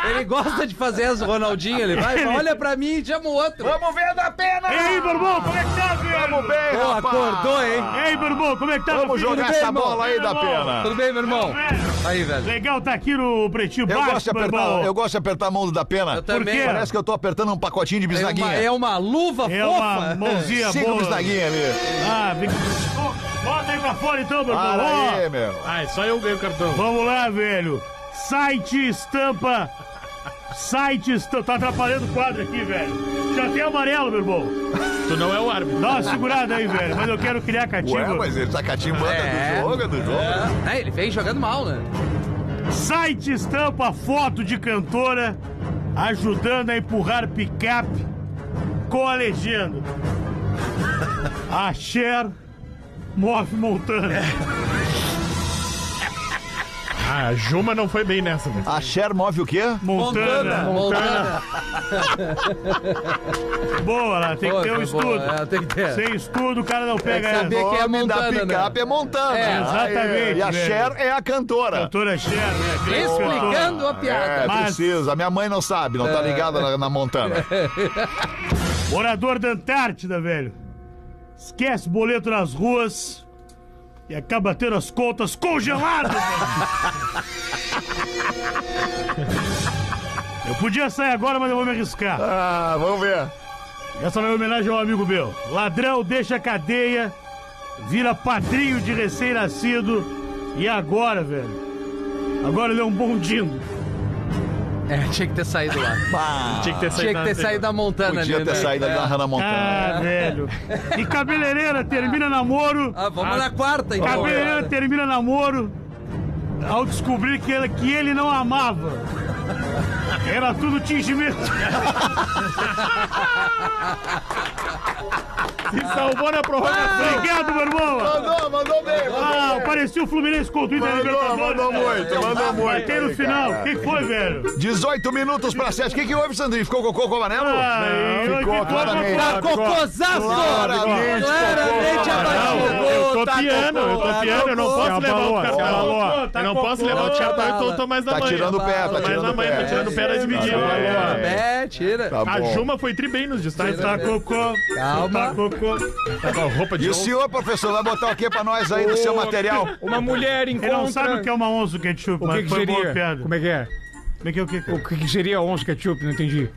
Ele gosta de fazer as Ronaldinho, ele vai, olha pra mim e chama o outro. Vamos ver da pena! E aí, meu irmão, como é que tá, Vamos velho? bem, Pô, rapaz. acordou, hein? E aí, meu irmão, como é que tá? meu Vamos filho? jogar Tudo bem, essa irmão? bola aí da Tudo bem, irmão? pena. Tudo bem, meu irmão? É. Aí, velho. Legal tá aqui no Pretinho Eu gosto, de Básico, meu irmão. apertar, eu gosto de apertar a mão do da pena. Eu também. quê? Parece que eu tô apertando um pacotinho de É uma, bisnaguinha. é uma luva É uma fofa. mãozinha Cinco boa. bisnaguinhas ali. Ah, vem- Bota aí pra fora então, meu irmão. Para Ó, aí, meu. Ah, é só eu ganho o cartão. Vamos lá, velho. Site estampa. Site estampa. Tá atrapalhando o quadro aqui, velho. Já tem amarelo, meu irmão. Tu não é o árbitro. Dá uma segurada aí, velho. Mas eu quero criar Ué, cativo. mas ele tá catimbando é É. do jogo, é do jogo. É, ele vem jogando mal, né? Site estampa foto de cantora ajudando a empurrar picape com a legenda. A Cher move montana. Ah, a Juma não foi bem nessa, né? A Cher move o quê? Montana. Montana. Boa, lá, tem que ter um Boa, boa, estudo. é, tem que ter. Sem estudo, o cara não pega que saber essa. Quem é Nome da Montana, picape né? é Montana. É, exatamente, E a velho. Cher é a cantora. Cantora Cher, né? Grande cantora. Explicando a É, piada. Mas- precisa. Minha mãe não sabe, não tá ligada na, na Montana. Morador da Antártida, velho. Esquece boleto nas ruas. E E acaba tendo as contas congeladas. eu podia sair agora, mas eu vou me arriscar. Ah, vamos ver. Essa vai em homenagem a um amigo meu. Ladrão deixa a cadeia, vira padrinho de recém-nascido e agora, velho? Agora ele é um bondindo. É, tinha que ter saído lá. Ah. Tinha que ter Tinha que ter saído da Montana Podia ali, ter né? saído ali na Hannah Montana. Tá. Ah, velho. E cabeleireira termina namoro. Ah, vamos na quarta, então. Cabeleireira agora. termina namoro ao descobrir que ele, que ele não amava. Era tudo tingimento. Se salvou na prorrogação. Obrigado, meu irmão. Mandou, mandou bem. Ah, parecia o Fluminense contra o Inter Mandou, Libertadores. mandou muito, mandou muito. Bateu no final. O que que foi, velho? 18 minutos pra 7. O que, que houve, Sandrinho? Ficou cocô com o amarelo? Ai, eu ficou que tô claramente. com- Tá cocosaço! Claramente, Claramente cocô. abatido! Eu tô tá piano, eu cocô, tô tá piano, eu não cocô. posso levar o Tá Cascabaló. cocô, Eu não tá posso levar o cocô. Cascabaló, eu tô mais da Tá manhã. tirando o pé, tá Mas Mais tirando da o manhã, pé. tá tirando o pé da dividida. bom. É. É, tira. Tá A bom. Juma foi tri bem nos destaques. né? Tá cocô. Tá Calma. cocô. Tá com a roupa de E o onça. senhor, professor, vai botar o que pra nós aí do seu material? Uma mulher Ele encontra... não sabe o que é uma onça, o ketchup, O que, mas que foi boa seria? piada. Como é que é? Como é que é o que? cara? O que, que seria onça ketchup? Não entendi.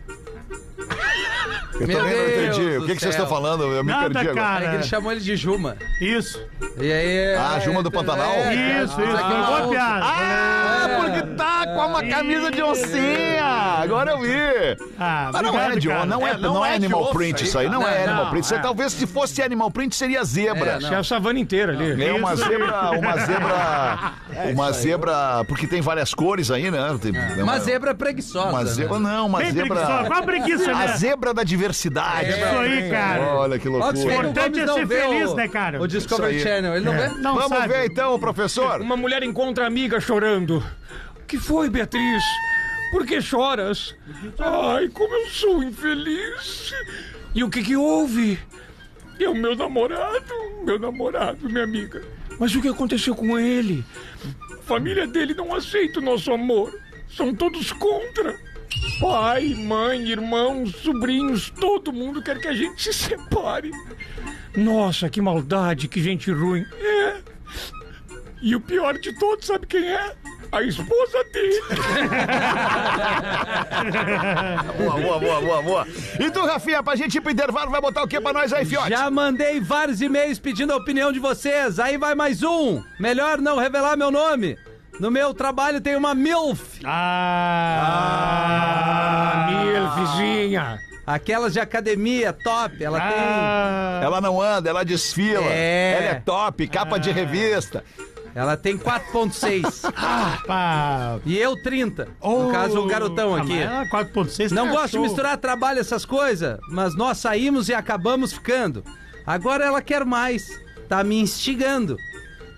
Eu Meu também não Deus entendi. do O que, que vocês céu. estão falando? Eu me Nada, perdi agora. cara. É que ele chamou ele de Juma. Isso. E aí. Ah, Juma do Pantanal? Isso, isso. aqui é Foi uma boa onça. piada. Ah, porque tá com uma camisa de oncinha. Agora eu vi. Ah, Mas não é obrigado, de cara. onça, não é, É, não não é é de animal onça print aí, isso aí, não, cara. é Não, animal não, print. Isso aí, talvez se fosse animal print seria zebra. É, É a savana inteira ali. É uma zebra, uma zebra, uma zebra, porque tem várias cores aí, né? Tem, é Uma zebra preguiçosa. uma né? zebra, não, uma Bem preguiçosa. zebra, Qual a preguiça, a né? zebra da diversidade. Isso aí, cara. Olha que Ó, que loucura. o importante Gomes é não ser vê feliz, o- né, cara? O Discovery Isso aí. É. Channel, ele não vê. Não Vamos sabe. ver então, professor. Uma mulher encontra a amiga chorando. O que foi, Beatriz? Por que choras? Ai, como eu sou infeliz. E o que que houve? É o meu namorado, meu namorado, minha amiga. Mas o que aconteceu com ele? A família dele não aceita o nosso amor. São todos contra. Pai, mãe, irmãos, sobrinhos, todo mundo quer que a gente se separe. Nossa, que maldade, que gente ruim. É, e o pior de todos, sabe quem é? A esposa dele. Boa, boa, boa, boa, boa. E tu, Rafinha, pra gente ir pro intervalo, vai botar o que pra nós aí, fiote? Já mandei vários e-mails pedindo a opinião de vocês. Aí vai mais um. Melhor não revelar meu nome. No meu trabalho tem uma MILF. Ah. vizinha. Aquelas de academia, top. Ela Ah. Ela não anda, ela desfila. É. Ela é top, capa de revista. tem. Ela tem 4.6. Ah, Pá. e eu 30. No caso, o garotão Ah, aqui. mas ela é 4.6 Não tá gosto de show. misturar trabalho essas coisas, mas nós saímos e acabamos ficando. Agora ela quer mais, tá me instigando.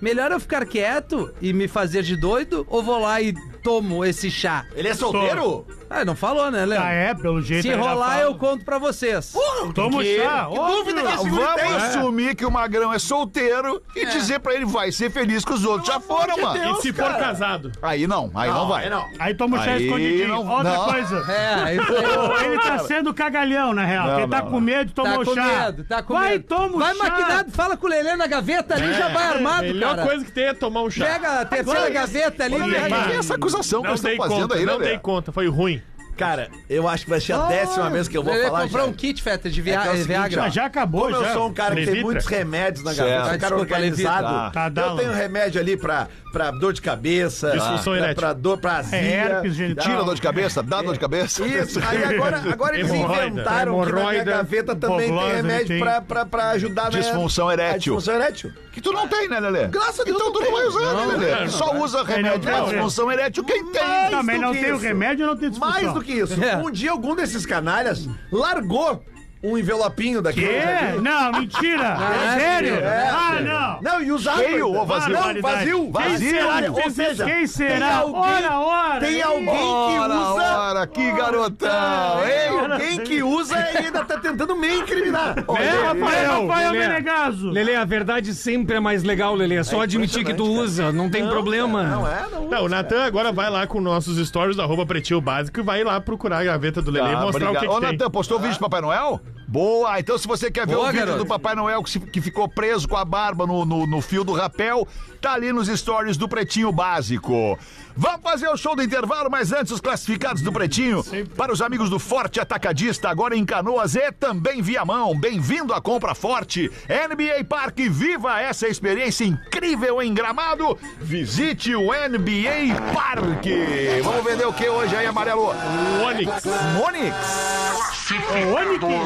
Melhor eu ficar quieto e me fazer de doido ou vou lá e tomo esse chá? Ele é solteiro? Ah, não falou, né, Leandro? Ah, é, pelo jeito. Se ele já rolar, fala. eu conto pra vocês. Toma o chá. Que óbvio. dúvida que esse guri Vamos tem? assumir que o Magrão é solteiro e dizer pra ele, vai ser feliz que os outros já foram, mano. E se for casado? Aí não, aí não, vai. é não. Aí toma o chá Aí escondidinho. não- Outra não. coisa. É, isso aí. Ele tá sendo cagalhão, na real. Não, ele tá não, com não. medo de tomar Tá o com chá. medo, tá com Vai, medo. toma o vai chá. maquinado, fala com o Lelê na gaveta ali, já vai armado, É, Melhor cara. coisa que tem é tomar um chá. Pega a terceira gaveta ali, Olha, já- mas que é essa acusação que Não eles estão dei fazendo conta, aí, né? não dei velho? conta, foi ruim. Cara, eu acho que vai ser a décima vez que eu vou Lelê falar. Ah, comprou já. um kit, Feta, de É via... que é o seguinte, Viagra. Ah, já acabou, Como já. eu sou um cara que tem Levitra? muitos remédios na Certo. garganta, sou um cara Desculpa, organizado. Levitra. Tá, dá eu lá. tenho remédio ali pra, pra dor de cabeça, Disfunção pra, erétil. pra dor, pra azia. É herpes genital. Tira a dor de cabeça, dá a dor de cabeça. Isso, aí agora, agora eles Hemorroida. inventaram que na minha Hemorroida. gaveta também Hipoglose, tem remédio tem. pra, pra, pra ajudar na... Disfunção erétil. A disfunção erétil. Que tu não tem, né, Lelê? Graças a Deus Então eu tu não tenho. vai usar, né, Lelê? Tu só usa remédio não pra tem. disfunção erétil quem tem. Mais Também do não que tem o isso. remédio, não tem discussão. Mais do que isso, É. um dia algum desses canalhas largou um envelopinho daquele. Quê? É? Não, mentira. Ah, é sério? é. Ah, não. Não, e usava. Cheio ou vazio? Não, vazio. Vazio. Caralho, Ou seja, Quem será? alguém- Ora, ora. tem alguém Ora, que usa... ora, que garotão, Tem hein? alguém que usa e ainda tá tentando me incriminar. É, Rafael, Rafael Lelê. Menegaso. Lelê, a verdade sempre é mais legal, Lelê. É só admitir que tu usa, não tem problema. Não é, não. Não, o Natan agora vai lá com nossos stories do arroba pretinho básico e vai lá procurar a gaveta do Lelê e mostrar o que, que Tá, Ah, Ô, tem. Natan, postou o vídeo do Papai Noel? Boa, então se você quer ver Boa, o vídeo garoto. do Papai Noel que, se- que ficou preso com a barba no, no- no fio do rapel, tá ali nos stories do Pretinho Básico. Vamos fazer o show do intervalo, mas antes os classificados do Pretinho para os amigos do Forte Atacadista, agora em Canoas e também Viamão. Bem-vindo à compra Forte, NBA Parque, viva essa experiência incrível em Gramado. Visite o NBA Parque. Vamos vender o que hoje aí, Amarelo? O Onix. Onix.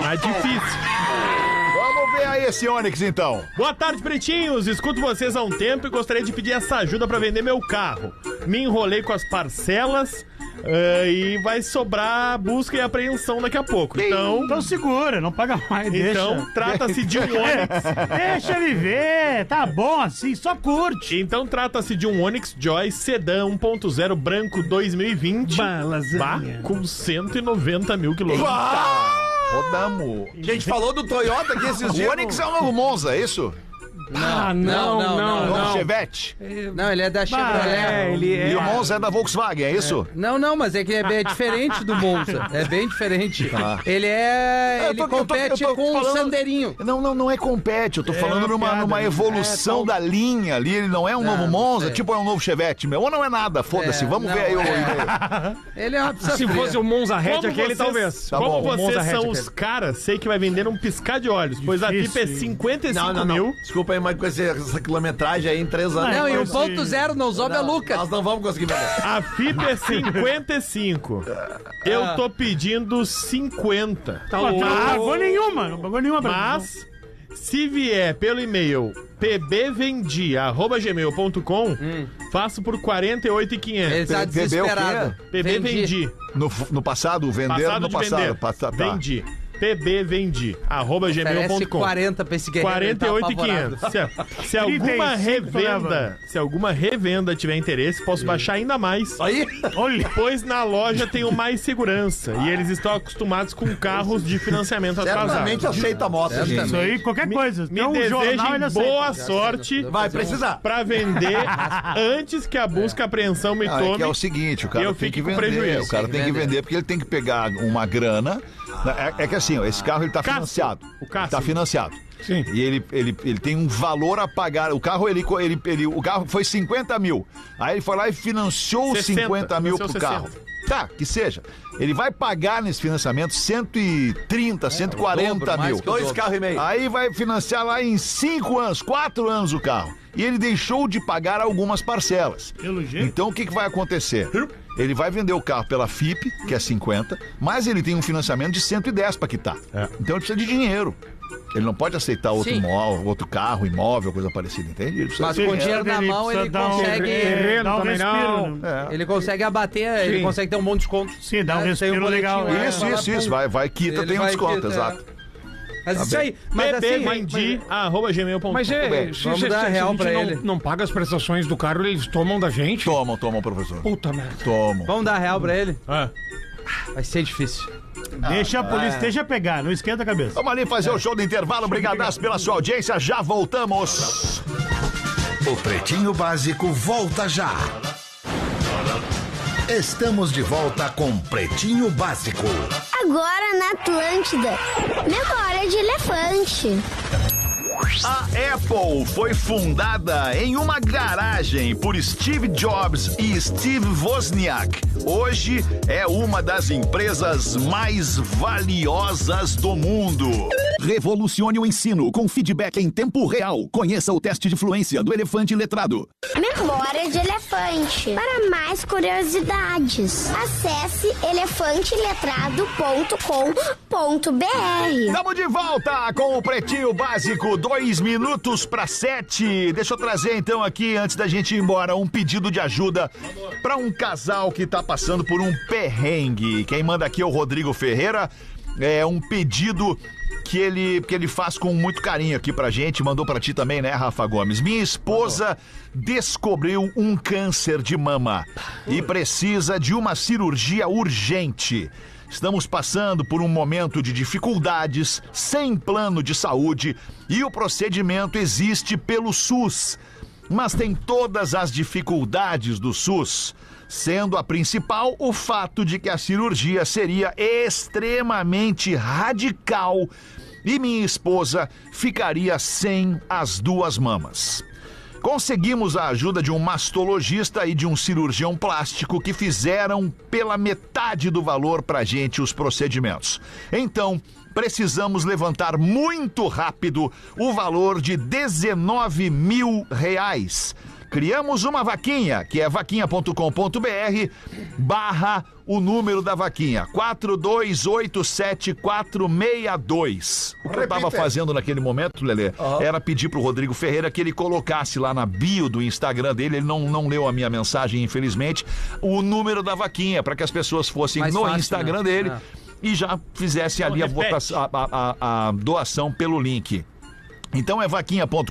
Tá difícil. Vamos ver aí esse Onix então. Boa tarde, pretinhos! Escuto vocês há um tempo e gostaria de pedir essa ajuda para vender meu carro. Me enrolei com as parcelas eh, e vai sobrar busca e apreensão daqui a pouco. Então, Então segura, não paga mais, então deixa. trata-se de um Onix. Deixa viver, tá bom assim, só curte. Então trata-se de um Onix Joy Sedan 1.0 branco 2020. Bah, com 190 mil quilômetros. Rodamos. A gente falou do Toyota aqui esses O dias. Onix é um novo Monza, é isso? Ah, não, não, não, não, não. Novo Chevette. Não, ele é da Chevrolet. É, ele é. E o Monza é da Volkswagen, é isso? Não, não, mas é que é bem diferente do Monza. É bem diferente. Ele é. Eu Ele tô- eu tô- eu compete tô com o falando- Sandeirinho. Não, não, não é compete. Eu tô falando uma numa, piada, numa né? evolução da linha ali. Ele não é um novo não Monza, sei. tipo é um novo Chevette, meu. Ou não é nada, foda-se. É, Vamos não, ver aí o. é. Ele é uma pizza Se fria. fosse um o Monza Red Como aquele, vocês- talvez. Tá como bom, o Monza vocês Hatch, são os aquele. caras, sei que vai vender um piscar de olhos, pois a Difícil, VIP é hein? 55 Não, não, não. mil. Desculpa aí, mas com esse- essa quilometragem aí em três anos. Não, e o Sim. ponto zero não sobe a Lucas. Nós não vamos conseguir vender. A FIP é 55. Eu tô pedindo 50. Tá Pô, não louco. pagou nenhuma, não pagou nenhuma pra mim, Então- Mas, se vier pelo e-mail pbvendi.gmail.com, Hum. faço por 48,500. Ele tá Pe- bebeu desesperado. PB vendi. No, no passado, venderam Passado no de passado. vender. Passa- tá. Vendi. pbvendi. Arroba Parece gmail.com. 40 pra esse guerreiro. ele tá 48,500. apavorado. Se, a- se alguma 35 tu revenda, se alguma revenda tiver interesse, posso baixar ainda mais. Aí, não. Olha, Pois na loja tenho mais segurança. E eles estão acostumados com carros de financiamento certamente atrasado. aceita a moto, gente. isso aí, qualquer coisa. Me Tem um jornal, desejem ele aceita. boa sorte Vai precisar. pra vender antes que a busca e apreensão me Ah, é que tome. é o seguinte, o cara eu tem que fico com vender. prejuízo. O cara tem que vender porque ele tem que pegar uma grana. É, é que assim, ó, esse carro ele tá Cássio. financiado. O Cássio. Ele Tá financiado. Sim. E ele, ele, ele tem um valor a pagar. O carro ele, co- ele, ele o carro foi 50 mil. Aí ele foi lá e financiou 60, 50 mil pro financiou carro. 60. Tá, que seja. Ele vai pagar nesse financiamento 130, 140 dobro, mais mil. que o Dois carros e meio. Aí vai financiar lá em cinco anos, quatro anos o carro. E ele deixou de pagar algumas parcelas. Pelo jeito. Então o que, que vai acontecer? Ele vai vender o carro pela FIP, que é 50, mas ele tem um financiamento de 110 para quitar. Então ele precisa de dinheiro. Ele não pode aceitar outro, Sim. imó- outro carro, imóvel, coisa parecida, entende? Ele precisa Mas de com dinheiro. dinheiro na Ele mão precisa ele dar um- consegue. Dá um Também respiro. não. É. né? Ele consegue abater, ele Sim. consegue ter um monte de desconto. Sim, dá um Ah, tem respiro boletim legal, lá, é. Isso, fala, isso, isso. pum. Vai, vai, quita, Ele tem um vai é. desconto, quitar. exato. Mas isso aí, mas assim, pbvendi.gmail.com. Mas é, bem, se, vamos se, se, dar a real gente pra não, ele. não paga as prestações do carro, eles tomam da gente. Tomam, tomam, professor. Puta merda. Tomam. vamos dar real pra ele? Ah. Vai ser difícil. Deixa a Ah, é. polícia, deixa pegar, não esquenta a cabeça. Vamos ali fazer o show do intervalo. Obrigadaço pela sua audiência. Já voltamos. O Pretinho Básico volta já. Estamos de volta com Pretinho Básico. Agora na Atlântida. Memória de elefante. A Apple foi fundada em uma garagem por Steve Jobs e Steve Wozniak. Hoje é uma das empresas mais valiosas do mundo. Revolucione o ensino com feedback em tempo real. Conheça o teste de fluência do elefante letrado. Memória de elefante. Para mais curiosidades, acesse elefanteletrado.com.br. Estamos de volta com o Pretinho Básico, dois minutos para sete. Deixa eu trazer então aqui, antes da gente ir embora, um pedido de ajuda para um casal que tá passando por um perrengue. Quem manda aqui é o Rodrigo Ferreira. É um pedido que ele, que ele faz com muito carinho aqui pra gente, mandou pra ti também, né, Rafa Gomes? Minha esposa descobriu um câncer de mama e precisa de uma cirurgia urgente. Estamos passando por um momento de dificuldades, sem plano de saúde, e o procedimento existe pelo SUS. mas tem todas as dificuldades do SUS, sendo a principal o fato de que a cirurgia seria extremamente radical e minha esposa ficaria sem as duas mamas. Conseguimos a ajuda de um mastologista e de um cirurgião plástico que fizeram pela metade do valor pra gente os procedimentos. Então, precisamos levantar muito rápido o valor de 19 mil reais. Criamos uma vaquinha, que é vaquinha.com.br barra o número da vaquinha, 4287462. O que eu tava Repita. fazendo naquele momento, Lelê, era pedir pro Rodrigo Ferreira que ele colocasse lá na bio do Instagram dele, ele não, não leu a minha mensagem, infelizmente, o número da vaquinha, para que as pessoas fossem Mais no fácil, Instagram né? dele É. e já fizesse ali a, repete. votação- a- a- a- a doação pelo link. Então é vaquinha.com.br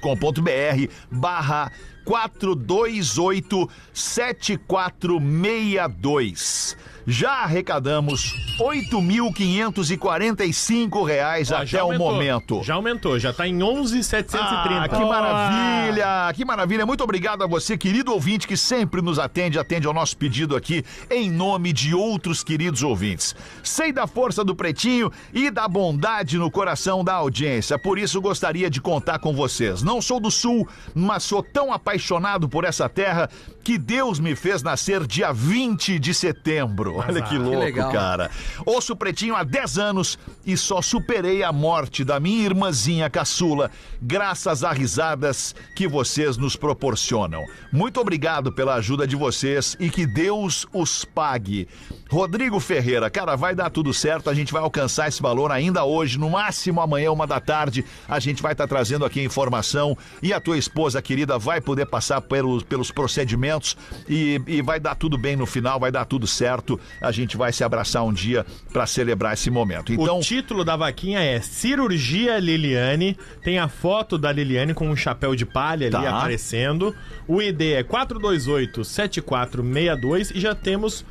barra 428 7462. Já arrecadamos R$ 8.545 reais Ó, até já aumentou, o momento. Já aumentou, já tá em 11,730. Ah, que maravilha, que maravilha. Muito obrigado a você, querido ouvinte, que sempre nos atende, atende ao nosso pedido aqui, em nome de outros queridos ouvintes. Sei da força do Pretinho e da bondade no coração da audiência, por isso gostaria de contar com vocês. Não sou do Sul, mas sou tão apaixonado por essa terra que Deus me fez nascer dia 20 de setembro. Olha que louco, legal. cara cara. Ouço o Pretinho há 10 anos e só superei a morte da minha irmãzinha caçula graças a risadas que vocês nos proporcionam. Muito obrigado pela ajuda de vocês e que Deus os pague. Rodrigo Ferreira, cara, vai dar tudo certo. A gente vai alcançar esse valor ainda hoje, no máximo amanhã, uma da tarde. A gente vai estar trazendo aqui a informação e a tua esposa querida vai poder passar pelos, pelos procedimentos e, e vai dar tudo bem no final, vai dar tudo certo. A gente vai se abraçar um dia para celebrar esse momento. Então, O título da vaquinha é Cirurgia Liliane. Tem a foto da Liliane com um chapéu de palha ali Tá. aparecendo. O ID é 428-7462 e já temos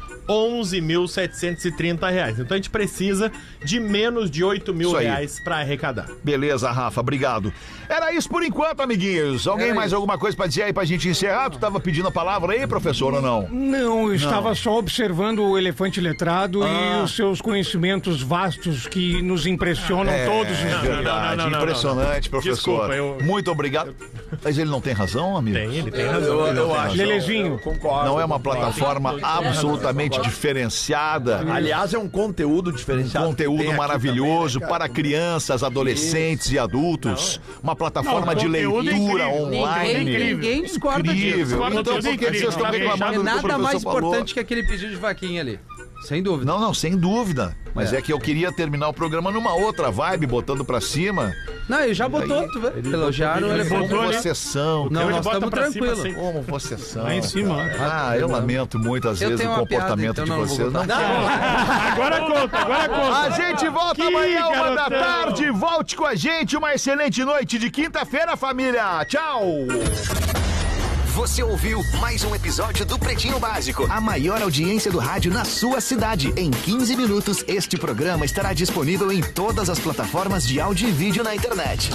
11.730 reais. Então a gente precisa de menos de 8 mil Isso aí. reais pra arrecadar. beleza, Rafa, obrigado. Era isso por enquanto, amiguinhos. Alguém Era mais isso. alguma coisa para dizer aí pra gente encerrar? Tu tava pedindo a palavra aí, professor, ou não? Não, eu estava só observando o elefante letrado e os seus conhecimentos vastos que nos impressionam todos os É dias. verdade, não, não, não, impressionante, professor. Desculpa, eu- Muito obrigado. Mas ele não tem razão, amigo? Tem, ele tem razão. Eu, eu acho. Lelezinho. Concordo. Não é uma plataforma absolutamente diferenciada. Aliás, é um conteúdo diferenciado. que tem Um Conteúdo aqui maravilhoso também, né, para cara? crianças, adolescentes e adultos. Uma plataforma de conteúdo é leitura incrível. online. Ninguém, ninguém discorda disso. Incrível. Discorda Então, disso, por que vocês incrível. estão Tá bem, reclamando É do que o nada professor mais falou? importante que aquele pedido de vaquinha ali. Sem dúvida. Não, não, sem dúvida. Mas é. que eu queria terminar o programa numa outra vibe, botando pra cima. Não, ele já botou, tu vê. Elogiaram o Como elefante. botou, né? vocês são, É, Não, cara. nós bota estamos pra cima, tranquilos. assim. Como vocês são. Lá em cima, cara. Ah, eu lamento muitas né? Eu vezes tenho o uma piada, comportamento então de não vou vocês. botar. Não quero. Agora é conta, agora conta. A gente volta Que amanhã, uma da garotão. tarde. Volte com a gente. Uma excelente noite de quinta-feira, família. Tchau. Você ouviu mais um episódio do Pretinho Básico, a maior audiência do rádio na sua cidade. Em 15 minutos, este programa estará disponível em todas as plataformas de áudio e vídeo na internet.